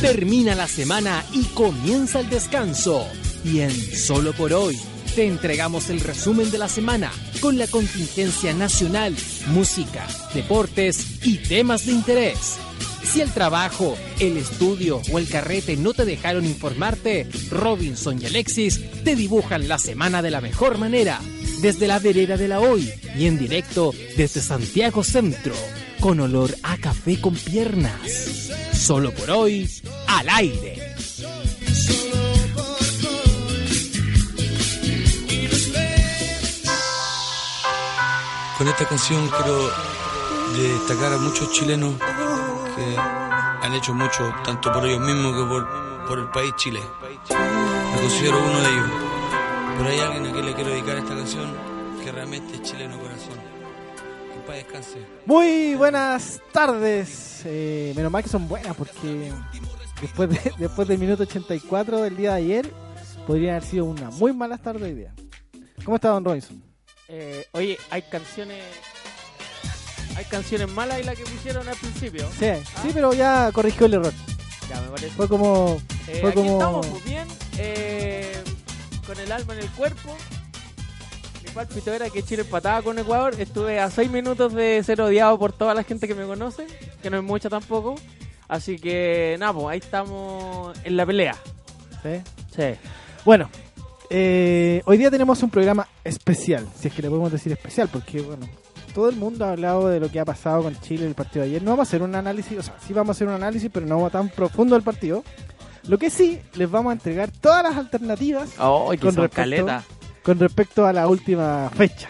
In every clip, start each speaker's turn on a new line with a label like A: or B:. A: Termina la semana y comienza el descanso. Y en Solo por hoy te entregamos el resumen de la semana con la contingencia nacional, música, deportes y temas de interés. Si el trabajo, el estudio o el carrete no te dejaron informarte, Robinson y Alexis te dibujan la semana de la mejor manera, desde la vereda de la hoy y en directo desde Santiago Centro, con olor a café con piernas. Solo por hoy, al aire.
B: Con esta canción quiero destacar a muchos chilenos que han hecho mucho, tanto por ellos mismos que por, por el país Chile. Me considero uno de ellos. Pero hay alguien a quien le quiero dedicar esta canción que realmente es chileno corazón. Que en paz descanse.
C: Muy buenas tardes. Eh, menos mal que son buenas porque después, de- después del minuto 84 del día de ayer podría haber sido una muy mala tarde hoy día. ¿Cómo está Don Robinson?
D: Eh, oye, hay canciones. Hay canciones malas y la que pusieron al principio.
C: Sí, sí, pero ya corrigió el error.
D: Ya, me parece.
C: Fue como...
D: Eh,
C: fue
D: aquí
C: como-
D: estamos muy bien, eh, con el alma en el cuerpo. Mi palpito era que Chile empataba con Ecuador. Estuve a 6 minutos de ser odiado por toda la gente que me conoce, que no es mucha tampoco. Así que, nada, pues ahí estamos en la pelea.
C: ¿sí?
D: Sí.
C: Bueno, eh, hoy día tenemos un programa especial, si es que le podemos decir especial, porque bueno, todo el mundo ha hablado de lo que ha pasado con Chile en el partido de ayer. No vamos a hacer un análisis, o sea, sí vamos a hacer un análisis, pero no vamos tan profundo del partido. Lo que sí, les vamos a entregar todas las alternativas
D: Oh,
C: que Con son respecto- caleta. con respecto a la última fecha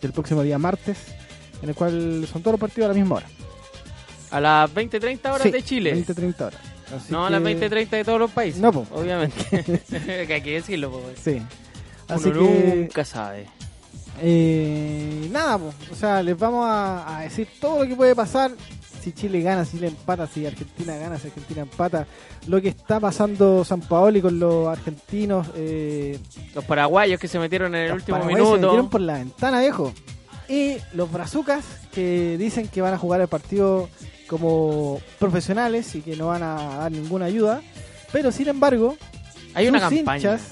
C: del próximo día martes, en el cual son todos los partidos a la misma hora.
D: A las 20-30 horas
C: Sí,
D: de Chile.
C: 20-30 horas. Así
D: no, a
C: que-
D: las 20-30 de todos los países.
C: No, po.
D: Obviamente. que hay que decirlo, po. pues.
C: Sí. Así
D: Uno
C: que
D: nunca sabe.
C: Eh, nada, po. o sea, les vamos a, a decir todo lo que puede pasar. Si Chile gana, si Chile empata, si Argentina gana, si Argentina empata. Lo que está pasando San Paoli con los argentinos. Eh,
D: Los paraguayos que se metieron en el
C: los
D: último
C: paraguayos se metieron
D: minuto.
C: por la ventana, viejo. Y los brazucas que dicen que van a jugar el partido como profesionales y que no van a dar ninguna ayuda. Pero sin embargo,
D: Hay una
C: sus
D: campaña.
C: hinchas,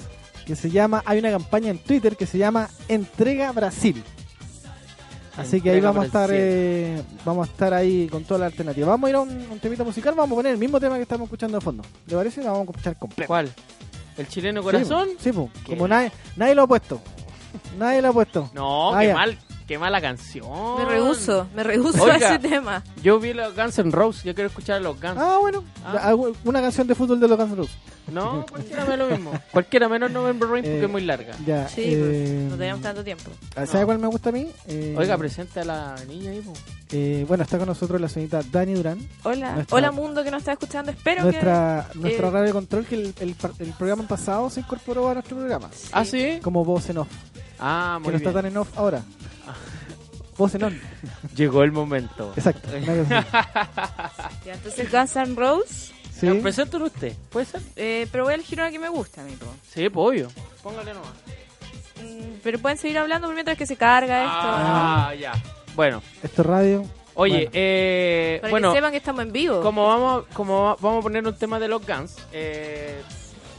C: que se llama, hay una campaña en Twitter que se llama Entrega Brasil. Así que ahí
D: Entrega
C: vamos a estar,
D: Brasil.
C: eh, vamos a estar ahí con toda la alternativa. Vamos a ir a un, un temita musical, vamos a poner el mismo tema que estamos escuchando de fondo. ¿Le parece? Lo vamos a escuchar completo.
D: ¿Cuál? ¿El chileno corazón?
C: eh, Sí, po. Sí, po.
D: Qué
C: como nadie, nadie lo ha puesto. Nadie lo ha puesto.
D: No,
C: Ah,
D: qué
C: ya.
D: mal, qué mala canción.
E: Me rehuso, me rehuso
D: Oiga.
E: a ese tema.
D: Yo vi los Guns N' Roses, yo quiero escuchar a los Guns.
C: Ah, bueno,
D: Ah.
C: la- hago una canción de fútbol de los Guns N' Roses.
D: No, cualquiera menos lo mismo. Cualquiera menos November Rain porque
C: Eh,
D: es muy larga.
C: Ya,
E: Sí,
C: eh, ah,
E: pues, no teníamos tanto tiempo.
C: ¿Sabe cuál me gusta a mí? Eh,
D: Oiga, presenta a la niña ahí, po.
C: eh, bueno, está con nosotros la señorita Dani Durán.
E: Hola,
C: Nuestra-
E: hola mundo que nos está escuchando. Espero
C: nuestra nuestra
E: eh,
C: radio control que el, el par- el programa pasado se incorporó a nuestro programa
E: que.
D: Ah, sí.
C: como voz en off
D: Ah,
C: que
D: muy
C: no está
D: bien. Ah.
C: tan en off ahora voz en on
D: Llegó el momento.
C: exacto una cosa así.
E: Ya, entonces Guns N' Roses.
C: Sí.
D: ¿Lo presentan usted? ¿Puede ser?
E: eh, pero voy al giro que me gusta, amigo.
D: Sí, pues obvio. Póngale nomás.
E: Mm, Pero pueden seguir hablando por mientras que se carga esto.
D: Ah, ya. Bueno,
C: esto es radio
D: oye,
C: Bueno.
D: eh.
E: Para
D: bueno,
E: que sepan que estamos en vivo.
D: Como vamos, como va- vamos a poner un tema de los Guns. eh,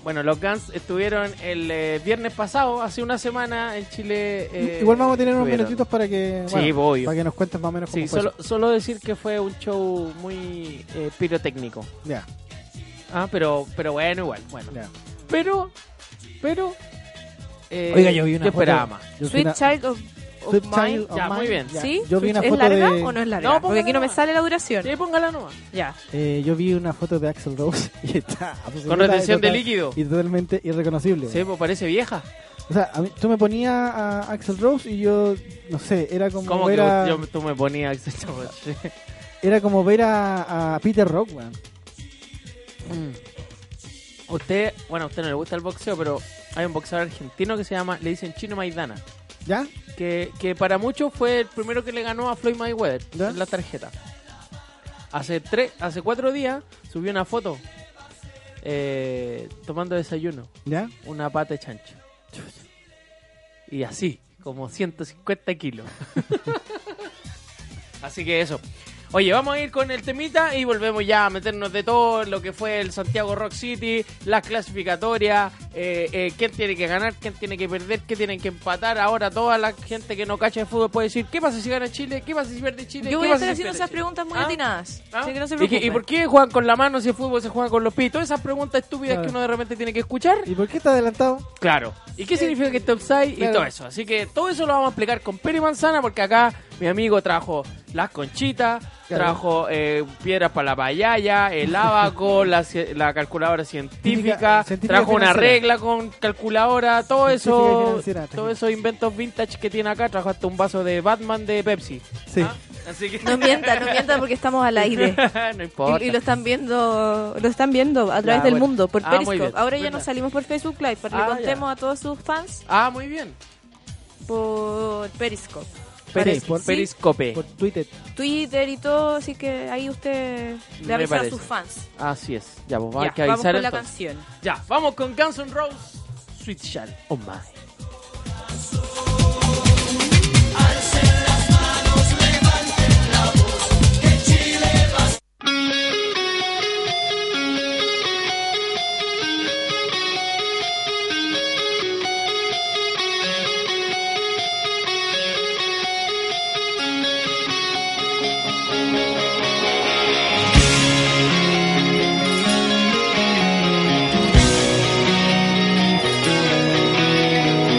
D: bueno, los Guns estuvieron el eh, viernes pasado, hace una semana en Chile. eh,
C: igual vamos a tener unos
D: estuvieron.
C: minutitos para que
D: Sí,
C: bueno,
D: obvio.
C: para que nos cuentes más o menos cómo
D: Sí,
C: fue
D: solo, solo decir que fue un show muy eh, pirotécnico.
C: eso. ya
D: Ah, pero, pero bueno, igual. Bueno,
C: ya
D: pero, pero. eh,
C: Oiga, yo vi una foto-
D: esperaba más.
C: Yo vi
E: Sweet
C: una-
E: Child of, of
C: Sweet
E: Mine.
C: Child of
D: Ya,
C: Mine,
D: muy bien.
C: ya.
E: ¿Sí?
C: yo vi una
E: ¿Es
C: foto
E: larga
C: de
E: o no es larga?
D: No,
E: Porque aquí no me
D: póngala.
E: sale la duración.
D: Sí, póngala nomás.
E: Ya.
C: eh, yo vi una foto de Axel Rose y está absolutamente
D: Con retención de
C: total-
D: líquido.
C: y totalmente irreconocible
D: Sí, pues parece vieja.
C: O sea, a mí- tú me ponías a Axel Rose y yo, no sé, era como
D: ¿Cómo
C: ver a,
D: que yo, tú me ponías Axel Rose?
C: era como ver a, a Peter Rock, weón.
D: Mm. Usted, bueno, a usted no le gusta el boxeo, pero hay un boxeador argentino que se llama, le dicen Chino Maidana,
C: ¿Ya?
D: que, que para muchos fue el primero que le ganó a Floyd Mayweather
C: ¿Ya?
D: en la tarjeta. Hace tres, hace cuatro días subió una foto eh, tomando desayuno,
C: ¿Ya?
D: una pata de chancho. Y así, como 150 kilos. así que eso. Oye, vamos a ir con el temita y volvemos ya a meternos de todo lo que fue el Santiago Rock City, las clasificatorias, eh, eh, quién tiene que ganar, quién tiene que perder, qué tienen que empatar. Ahora toda la gente que no cacha de fútbol puede decir, ¿qué pasa si gana Chile? ¿Qué pasa si pierde Chile?
E: Yo
D: ¿Qué
E: voy a
D: pasa
E: estar
D: si
E: haciendo
D: pierde
E: esas
D: Chile?"
E: preguntas muy
D: ¿Ah?
E: atinadas.
D: ¿Ah?
E: Así que no se
D: ¿Y, qué-
E: preocupen.
D: y por qué juegan con la mano si el fútbol se juega con los pies? Todas esas preguntas estúpidas
C: Claro.
D: que uno de repente tiene que escuchar.
C: ¿Y por qué está adelantado?
D: Claro. ¿Y qué significa que esté offside y
C: claro.
D: todo eso? Así que todo eso lo vamos a explicar con Peri Manzana, porque acá mi amigo trajo las conchitas,
C: Claro.
D: trajo eh, piedras para la payaya, el abaco, la, ci- la calculadora
C: Científica-
D: científica,
C: científica
D: trajo una
C: financiera.
D: regla con calculadora, todo
C: Científica y
D: eso,
C: financiera,
D: todos esos inventos vintage que tiene acá, trajo hasta un vaso de Batman de Pepsi.
C: Sí.
D: ¿Ah? Así que
E: No mientan, no mientan porque estamos al aire.
D: no importa.
E: Y, y lo están viendo, lo están viendo a través
D: Ah,
E: del
D: bueno.
E: mundo, por
D: Ah, muy
E: Periscope.
D: bien,
E: Ahora ya
D: verdad.
E: no salimos por Facebook Live, porque
D: Ah,
E: le contemos a todos sus fans
D: Ah, muy bien.
E: por Periscope.
D: Peris-
C: por-
D: Periscope.
C: Por Twitter.
E: Twitter y todo, así que ahí usted
D: Me
E: le avisa a
D: parece.
E: sus fans.
D: Así es. Ya, pues vamos
E: Ya,
D: a que
E: vamos
D: avisar
E: con la
D: entonces.
E: canción.
D: Ya, vamos con Guns N' Roses, Sweet Child Oh My.
F: Chile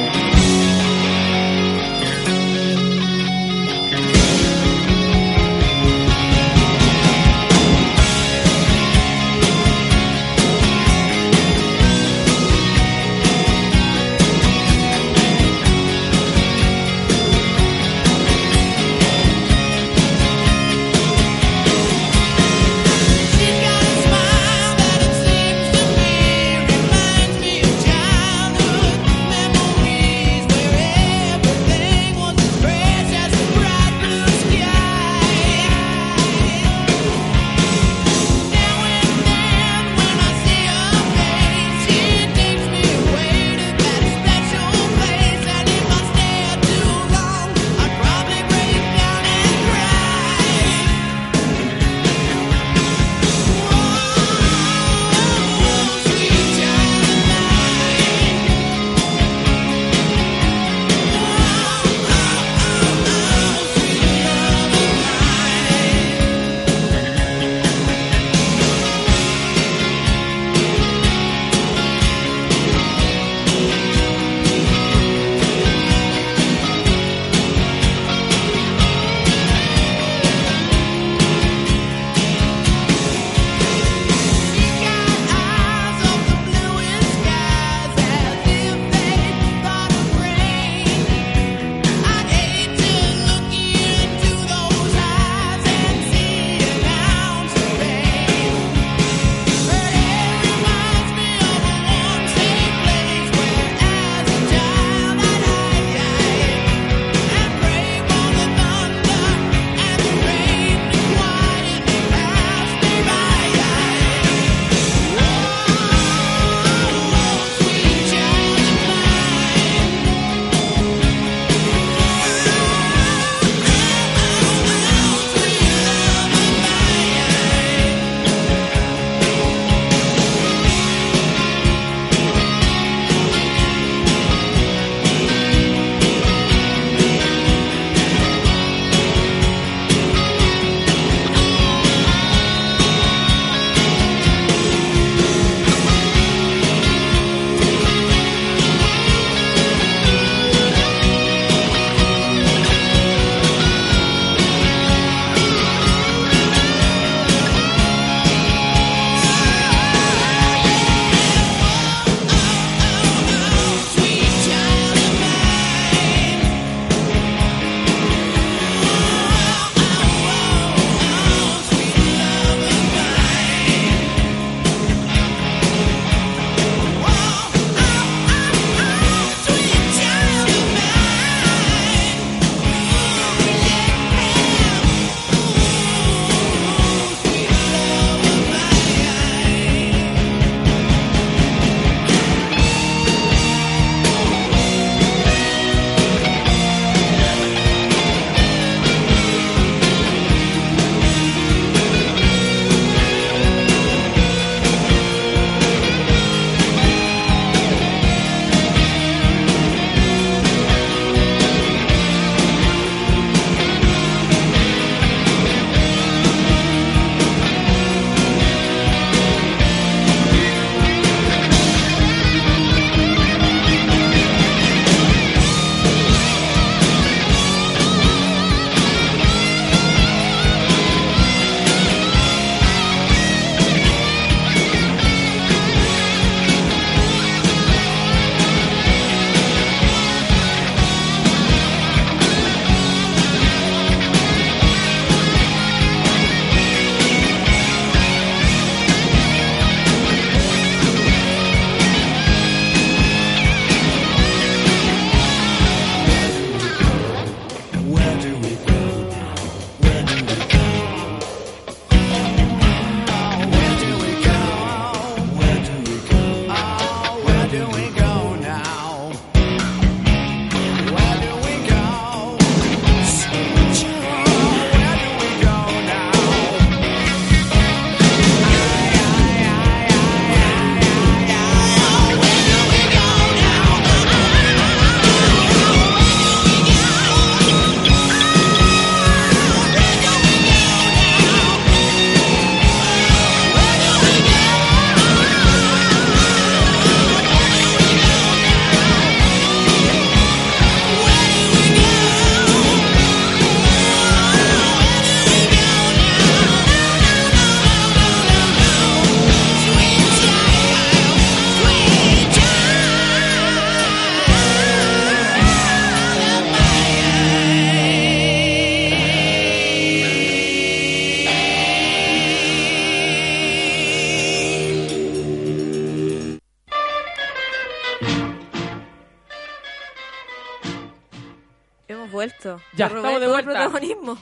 E: vuelto.
D: Ya,
E: Te robé
D: estamos de
E: todo el
D: vuelta.
E: protagonismo.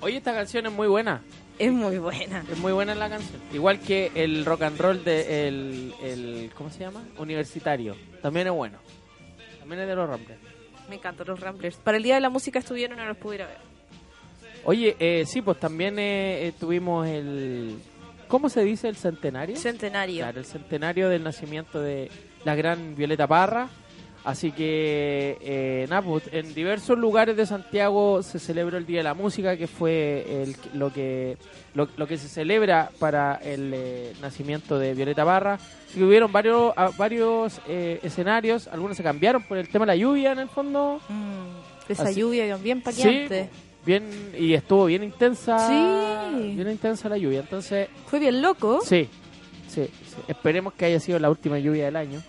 D: Oye, esta canción es muy buena.
E: Es muy buena.
D: Es muy buena la canción. Igual que el rock and roll de el, el- ¿cómo se llama? Universitario. También es bueno. También es de los Ramblers.
E: Me encantan los Ramblers. Para el Día de la Música estuvieron y no los pudiera ver.
D: Oye, eh, sí, pues también eh, eh, tuvimos el ¿cómo se dice el centenario?
E: Centenario.
D: Claro, el centenario del nacimiento de la gran Violeta Parra. Así que, eh, nada, pues, en diversos lugares de Santiago se celebró el Día de la Música, que fue el, lo, que, lo, lo que se celebra para el eh, nacimiento de Violeta Parra. Así que hubieron varios, ah, varios eh, escenarios, algunos se cambiaron por el tema de la lluvia en el fondo.
E: Mm, esa
D: Así-
E: lluvia bien paliante.
D: Bien, y estuvo bien intensa.
E: Sí.
D: Bien intensa la lluvia, entonces
E: Fue bien loco.
D: Sí, sí, sí. Esperemos que haya sido la última lluvia del año.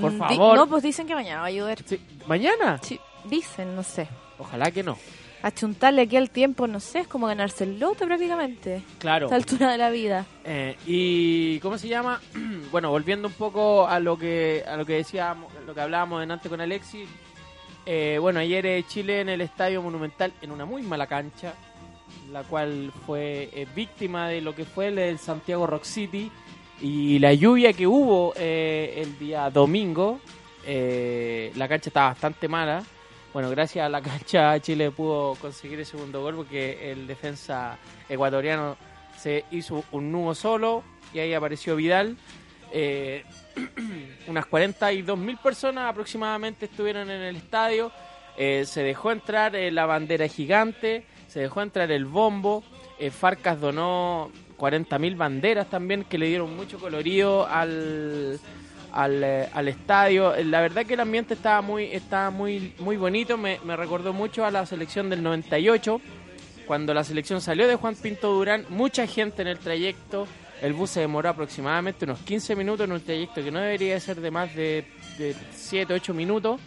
D: por
E: Mm, di-
D: favor.
E: No, pues dicen que mañana va a llover.
D: Sí. ¿Mañana?
E: Sí, Dicen, no sé.
D: Ojalá que no.
E: Achuntarle aquí al tiempo, no sé, es como ganarse el lote prácticamente.
D: Claro.
E: A la altura de la vida.
D: Eh, y ¿cómo se llama? bueno, volviendo un poco a lo que a lo que decíamos, lo que hablábamos en antes con Alexis. eh, bueno, ayer eh, Chile en el Estadio Monumental en una muy mala cancha, la cual fue eh, víctima de lo que fue el, el Santiago Rock City y la lluvia que hubo eh, el día domingo. eh, la cancha estaba bastante mala. Bueno, gracias a la cancha Chile pudo conseguir el segundo gol porque el defensa ecuatoriano se hizo un nudo solo y ahí apareció Vidal. Eh, unas 42.000 personas aproximadamente estuvieron en el estadio. Eh, se dejó entrar eh, la bandera gigante, se dejó entrar el bombo. Eh, Farcas donó 40.000 banderas también que le dieron mucho colorido al, al, eh, al estadio. Eh, La verdad que el ambiente estaba muy, estaba muy, muy bonito, me, me recordó mucho a la selección del 98 cuando la selección salió de Juan Pinto Durán, mucha gente en el trayecto. El bus se demoró aproximadamente unos 15 minutos en un trayecto que no debería ser de más de, de 7, 8 minutos.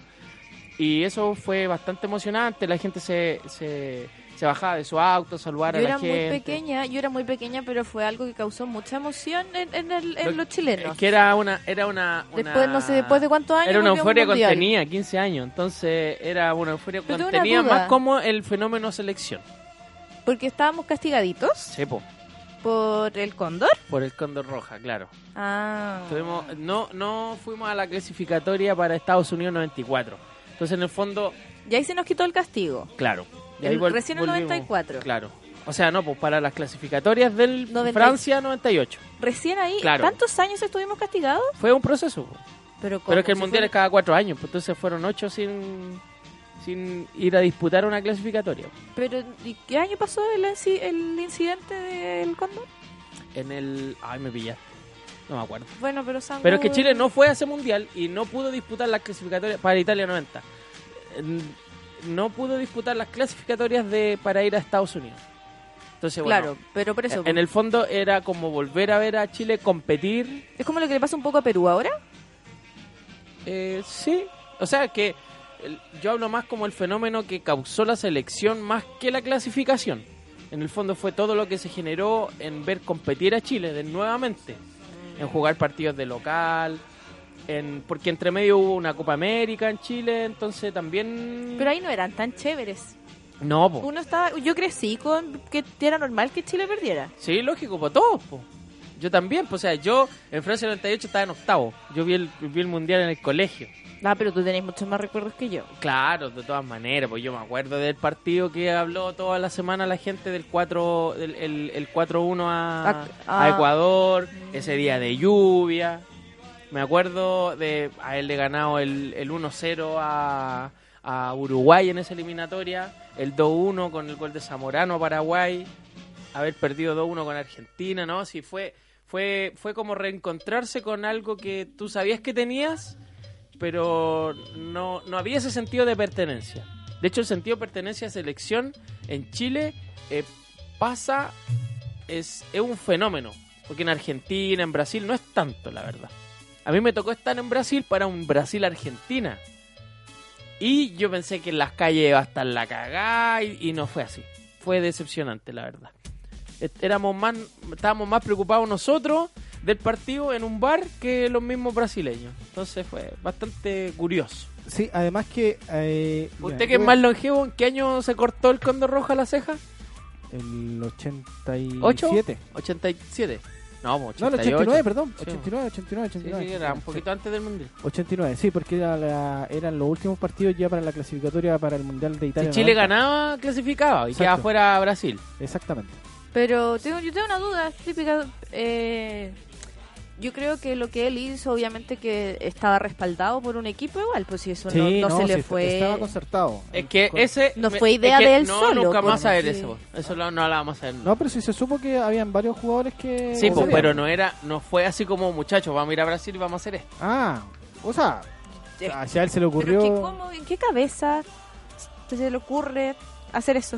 D: Y eso fue bastante emocionante. La gente se, se, se bajaba de su auto, saludar
E: Yo
D: a la
E: era muy
D: gente.
E: pequeña, yo era muy pequeña, pero fue algo que causó mucha emoción en, en el- en
D: Lo-
E: los chilenos.
D: Es que era una. Era una, una-
E: Después, no sé, después de cuántos años.
D: Era una
E: volvió a un
D: euforia
E: mundial.
D: contenida, 15 años. Entonces era una euforia
E: Pero tengo una
D: contenida
E: duda.
D: más como el fenómeno selección.
E: Porque estábamos castigaditos
D: Sepo,
E: por el cóndor.
D: por el Cóndor Roja, claro.
E: Ah.
D: Tuvimos- no, no fuimos a la clasificatoria para Estados Unidos 94. Entonces, en el fondo,
E: Y ahí se nos quitó el castigo.
D: claro. y
E: El-
D: vol-
E: recién el 94.
D: Claro. O sea, no, pues para las clasificatorias del
E: 90 y-
D: Francia 98.
E: Recién ahí,
D: Claro.
E: ¿tantos años estuvimos castigados?
D: Fue un proceso. po. Pero
E: Pero, ¿cómo?
D: es que el
E: Si
D: Mundial es
E: fue-
D: cada cuatro años. pues, Entonces fueron ocho sin, sin ir a disputar una clasificatoria.
E: Pero, ¿y qué año pasó el, inci- el incidente del cóndor?
D: En el... Ay, me pillaste. No me acuerdo.
E: Bueno, pero San
D: Pero es que Chile no fue a ese mundial y no pudo disputar las clasificatorias para Italia 90. Eh, No pudo disputar las clasificatorias de para ir a Estados Unidos. Entonces,
E: Claro,
D: bueno,
E: pero por eso. pues.
D: en el fondo era como volver a ver a Chile competir.
E: Es como lo que le pasa un poco a Perú ahora.
D: eh, sí, o sea que el- yo hablo más como el fenómeno que causó la selección más que la clasificación. En el fondo fue todo lo que se generó en ver competir a Chile de- nuevamente, en jugar partidos de local, en, porque entre medio hubo una Copa América en Chile, entonces también...
E: Pero ahí no eran tan chéveres.
D: No, po.
E: Uno estaba, yo crecí con que era normal que Chile perdiera.
D: Sí, lógico, para todos, po. Yo también, po, o sea, yo en Francia 98 estaba en octavo, yo vi el, vi el Mundial en el colegio.
E: Ah, pero tú tenés muchos más recuerdos que yo.
D: Claro, de todas maneras, pues yo me acuerdo del partido que habló toda la semana la gente del 4 del, el, el 4-1 a,
E: A-
D: a
E: a-
D: Ecuador, ese día de lluvia. Me acuerdo de haberle ganado el, el 1-0 a, a Uruguay en esa eliminatoria, el 2-1 con el gol de Zamorano a Paraguay, haber perdido 2-1 con Argentina, ¿no? Sí, fue, fue, fue como reencontrarse con algo que tú sabías que tenías pero no, no había ese sentido de pertenencia. De hecho, el sentido de pertenencia a selección en Chile eh, pasa, es, es un fenómeno. Porque en Argentina, en Brasil, no es tanto, la verdad. A mí me tocó estar en Brasil para un Brasil-Argentina. Y yo pensé que en las calles iba a estar la cagada y, y no fue así. Fue decepcionante, la verdad. Est- Éramos más, estábamos más preocupados nosotros del partido en un bar que los mismos brasileños. Entonces fue bastante curioso.
C: Sí, además que. eh, mira,
D: Usted
C: yo
D: que es
C: voy-
D: más longevo, ¿en qué año se cortó el Condor Roja la ceja?
C: El
D: ¿Ocho?
C: 87.
D: 87. No, pues,
C: No, el
D: 88.
C: 89, perdón.
D: Sí.
C: 89, 89, 89.
D: Sí, sí, era un poquito antes del Mundial.
C: 89, sí, porque era la- eran los últimos partidos ya para la clasificatoria para el Mundial de
D: Si
C: Italia.
D: Chile
C: 90.
D: ganaba, clasificaba y
C: Exacto.
D: quedaba fuera Brasil.
C: Exactamente.
E: Pero tengo, yo tengo una duda típica. eh, yo creo que lo que él hizo, obviamente, que estaba respaldado por un equipo igual, pues si eso no, no se le
C: sí,
E: fue.
C: Estaba concertado.
D: Es que
C: Con-
D: ese.
E: No
D: me-
E: fue
D: es
E: idea
D: que
E: de él
D: no,
E: solo,
D: Nunca
E: pues,
D: vamos a ver
E: porque-
D: eso. pues. Eso lo- no lo vamos a ver.
C: No, pero sí se supo que habían varios jugadores que.
D: Sí,
C: o
D: pues,
C: sea,
D: pero no era, no fue así como muchachos, vamos a ir a Brasil y vamos a hacer esto.
C: Ah, o sea,
E: Eh,
C: a él se le
E: Pero
C: Ah, ocurrió.
E: que cómo, ¿en qué cabeza se le ocurre hacer eso?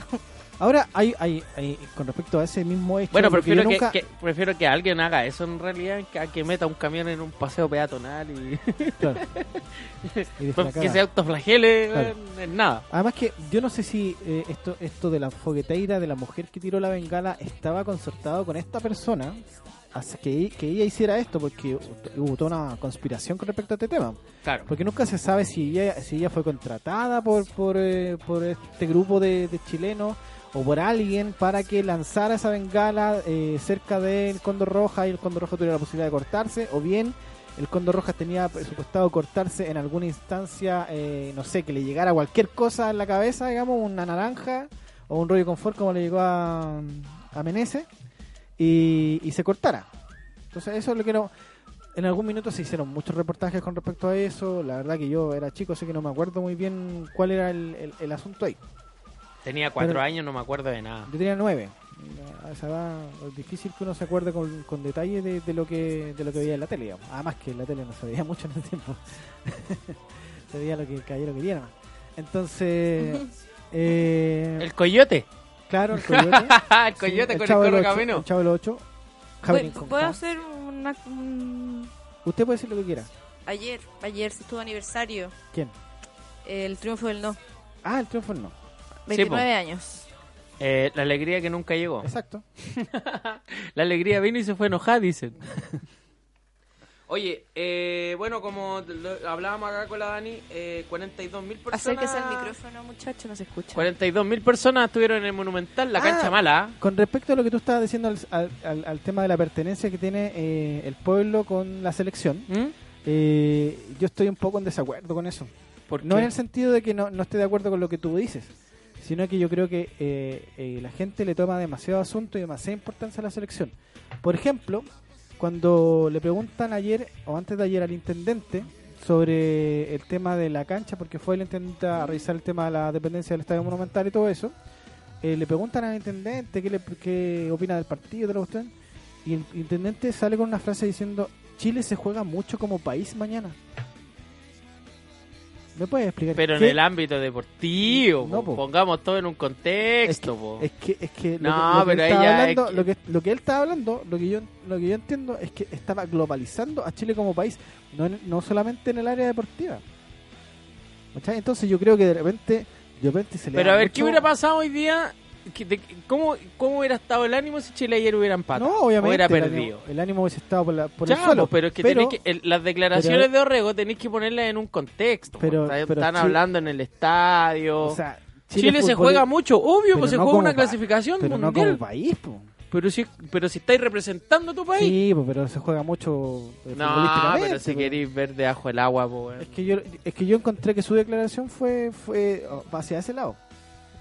C: Ahora, hay, hay, hay- con respecto a ese mismo hecho.
D: Bueno,
C: yo
D: prefiero que,
C: nunca-
D: que- prefiero que alguien haga eso en realidad que a que meta un camión en un paseo peatonal y
C: claro. Y deje la
D: Pues que
C: cagada.
D: se autoflagele
C: Claro.
D: weón, en nada.
C: Además que yo no sé si eh, esto esto de la fogueteira de la mujer que tiró la bengala estaba concertado con esta persona hace que, que ella hiciera esto porque hubo toda una conspiración con respecto a este tema
D: Claro.
C: porque nunca se sabe si ella si ella fue contratada por por, eh, por este grupo de, de chilenos o por alguien para que lanzara esa bengala eh, cerca del Condor Roja y el Condor Roja tuviera la posibilidad de cortarse o bien el Condor Rojas tenía presupuestado cortarse en alguna instancia, eh, no sé, que le llegara cualquier cosa en la cabeza, digamos, una naranja o un rollo de confort como le llegó a, a Meneses, y, y se cortara. Entonces eso es lo que no... En algún minuto se hicieron muchos reportajes con respecto a eso, la verdad que yo era chico, así que no me acuerdo muy bien cuál era el, el- el asunto ahí.
D: Tenía cuatro
C: Pero-
D: años, no me acuerdo de nada.
C: Yo tenía nueve. A esa edad es difícil que uno se acuerde con, con detalle de, de lo que de lo que veía en la tele. digamos. Además que en la tele no se veía mucho en ese tiempo. se veía lo que el caballero quería nomás. Entonces, eh,
D: El coyote.
C: claro, el coyote.
D: el
C: sí,
D: coyote con el
C: Chavo del
D: corro
C: Ocho,
D: camino.
C: el Chavo del Ocho. Javelin
E: ¿Puedo,
C: con
E: puedo
C: K.
E: hacer una... un-
C: Usted puede decir lo que quiera.
E: Ayer, ayer se estuvo aniversario,
C: ¿Quién?
E: el triunfo del no,
C: Ah, el triunfo no.
E: 29 años.
D: Eh, la alegría que nunca llegó.
C: Exacto.
D: La alegría vino y se fue enojada, dicen. Oye, eh, bueno, como lo- hablábamos acá con la Dani, eh, 42.000 personas.
E: Acérquese al micrófono, muchacho, no se escucha.
D: 42.000 personas estuvieron en el Monumental, la
C: Ah.
D: cancha mala. ¿eh?
C: Con respecto a lo que tú estabas diciendo al, al- al- al tema de la pertenencia que tiene eh, el pueblo con la selección,
D: ¿Mm?
C: eh, yo estoy un poco en desacuerdo con eso.
D: ¿Por
C: No
D: qué?
C: en el sentido de que no, no esté de acuerdo con lo que tú dices, sino que yo creo que eh, eh, la gente le toma demasiado asunto y demasiada importancia a la selección. Por ejemplo, cuando le preguntan ayer o antes de ayer al intendente sobre el tema de la cancha, porque fue el intendente a revisar el tema de la dependencia del Estadio Monumental y todo eso, eh, le preguntan al intendente qué, le- qué opina del partido, toda la cuestión, y el intendente sale con una frase diciendo, Chile se juega mucho como país mañana. ¿Me puedes explicar?
D: Pero en
C: qué-
D: el ámbito deportivo,
C: No,
D: po.
C: po.
D: pongamos todo en un contexto. po.
C: Es que, es que lo
D: No,
C: que- lo que, él
D: pero
C: estaba
D: ella es
C: hablando,
D: que-
C: lo que lo que él estaba hablando, lo que yo lo que yo entiendo es que estaba globalizando a Chile como país, no, en- no solamente en el área deportiva. ¿Cachai? Entonces yo creo que de repente, de repente se le
D: Pero
C: da
D: a ver,
C: mucho-
D: ¿qué hubiera pasado hoy día? ¿Qué- de- ¿Cómo, ¿Cómo hubiera estado el ánimo si Chile ayer hubiera empatado?
C: No, obviamente.
D: Hubiera
C: el
D: perdido.
C: ánimo- El ánimo hubiese estado por, la, por
D: Ya,
C: el suelo.
D: pues, pero es que,
C: pero,
D: tenés que- el- las declaraciones de Orrego tenéis que ponerlas en un contexto. pues.
C: Pero-
D: están
C: pero
D: están
C: Chi-
D: hablando en el estadio.
C: o sea,
D: Chile, se
C: futbol-
D: juega mucho, obvio,
C: pero
D: pues se
C: no
D: juega
C: como
D: una
C: pa-
D: clasificación
C: pero no
D: mundial.
C: como país, po.
D: pero, si, pero si estáis representando a tu país.
C: Sí, po, pero se juega mucho eh,
D: no,
C: futbolísticamente,
D: pero si
C: po.
D: queréis ver debajo el agua, pues.
C: Es que yo, es que yo encontré que su declaración fue, fue oh, hacia ese lado.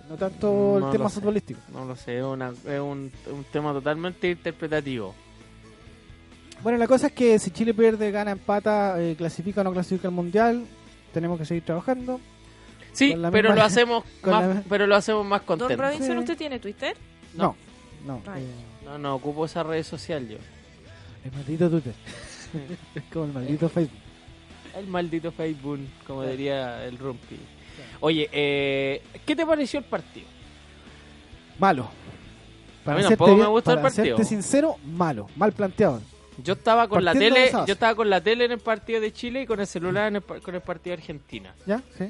C: No tanto el
D: No
C: tema
D: lo sé.
C: futbolístico.
D: No lo sé, es, una- es un, un tema totalmente interpretativo.
C: Bueno, la cosa es que si Chile pierde, gana, empata, eh, clasifica o no clasifica al Mundial, tenemos que seguir trabajando.
D: Sí,
C: Con la
D: pero
C: misma-
D: lo hacemos
C: con
D: más,
C: la-
D: pero lo hacemos más
E: Don
D: contento.
E: Robinson,
C: Sí.
E: ¿usted tiene Twitter?
C: No, no.
E: Ay.
C: eh,
D: No, no, ocupo esa red social yo.
C: el maldito Twitter. es como el maldito Facebook.
D: El maldito Facebook, como diría el Rumpi. Oye, eh, ¿qué te pareció el partido?
C: Malo. Para
D: mí
C: serte
D: tampoco me
C: bien-
D: gusta el
C: para
D: partido.
C: serte sincero, malo. Mal planteado.
D: Yo estaba con la
C: Partiendo
D: tele,
C: de esas.
D: yo estaba con la tele en el partido de Chile y con el celular en el par- con el partido de Argentina.
C: ¿Ya? Sí.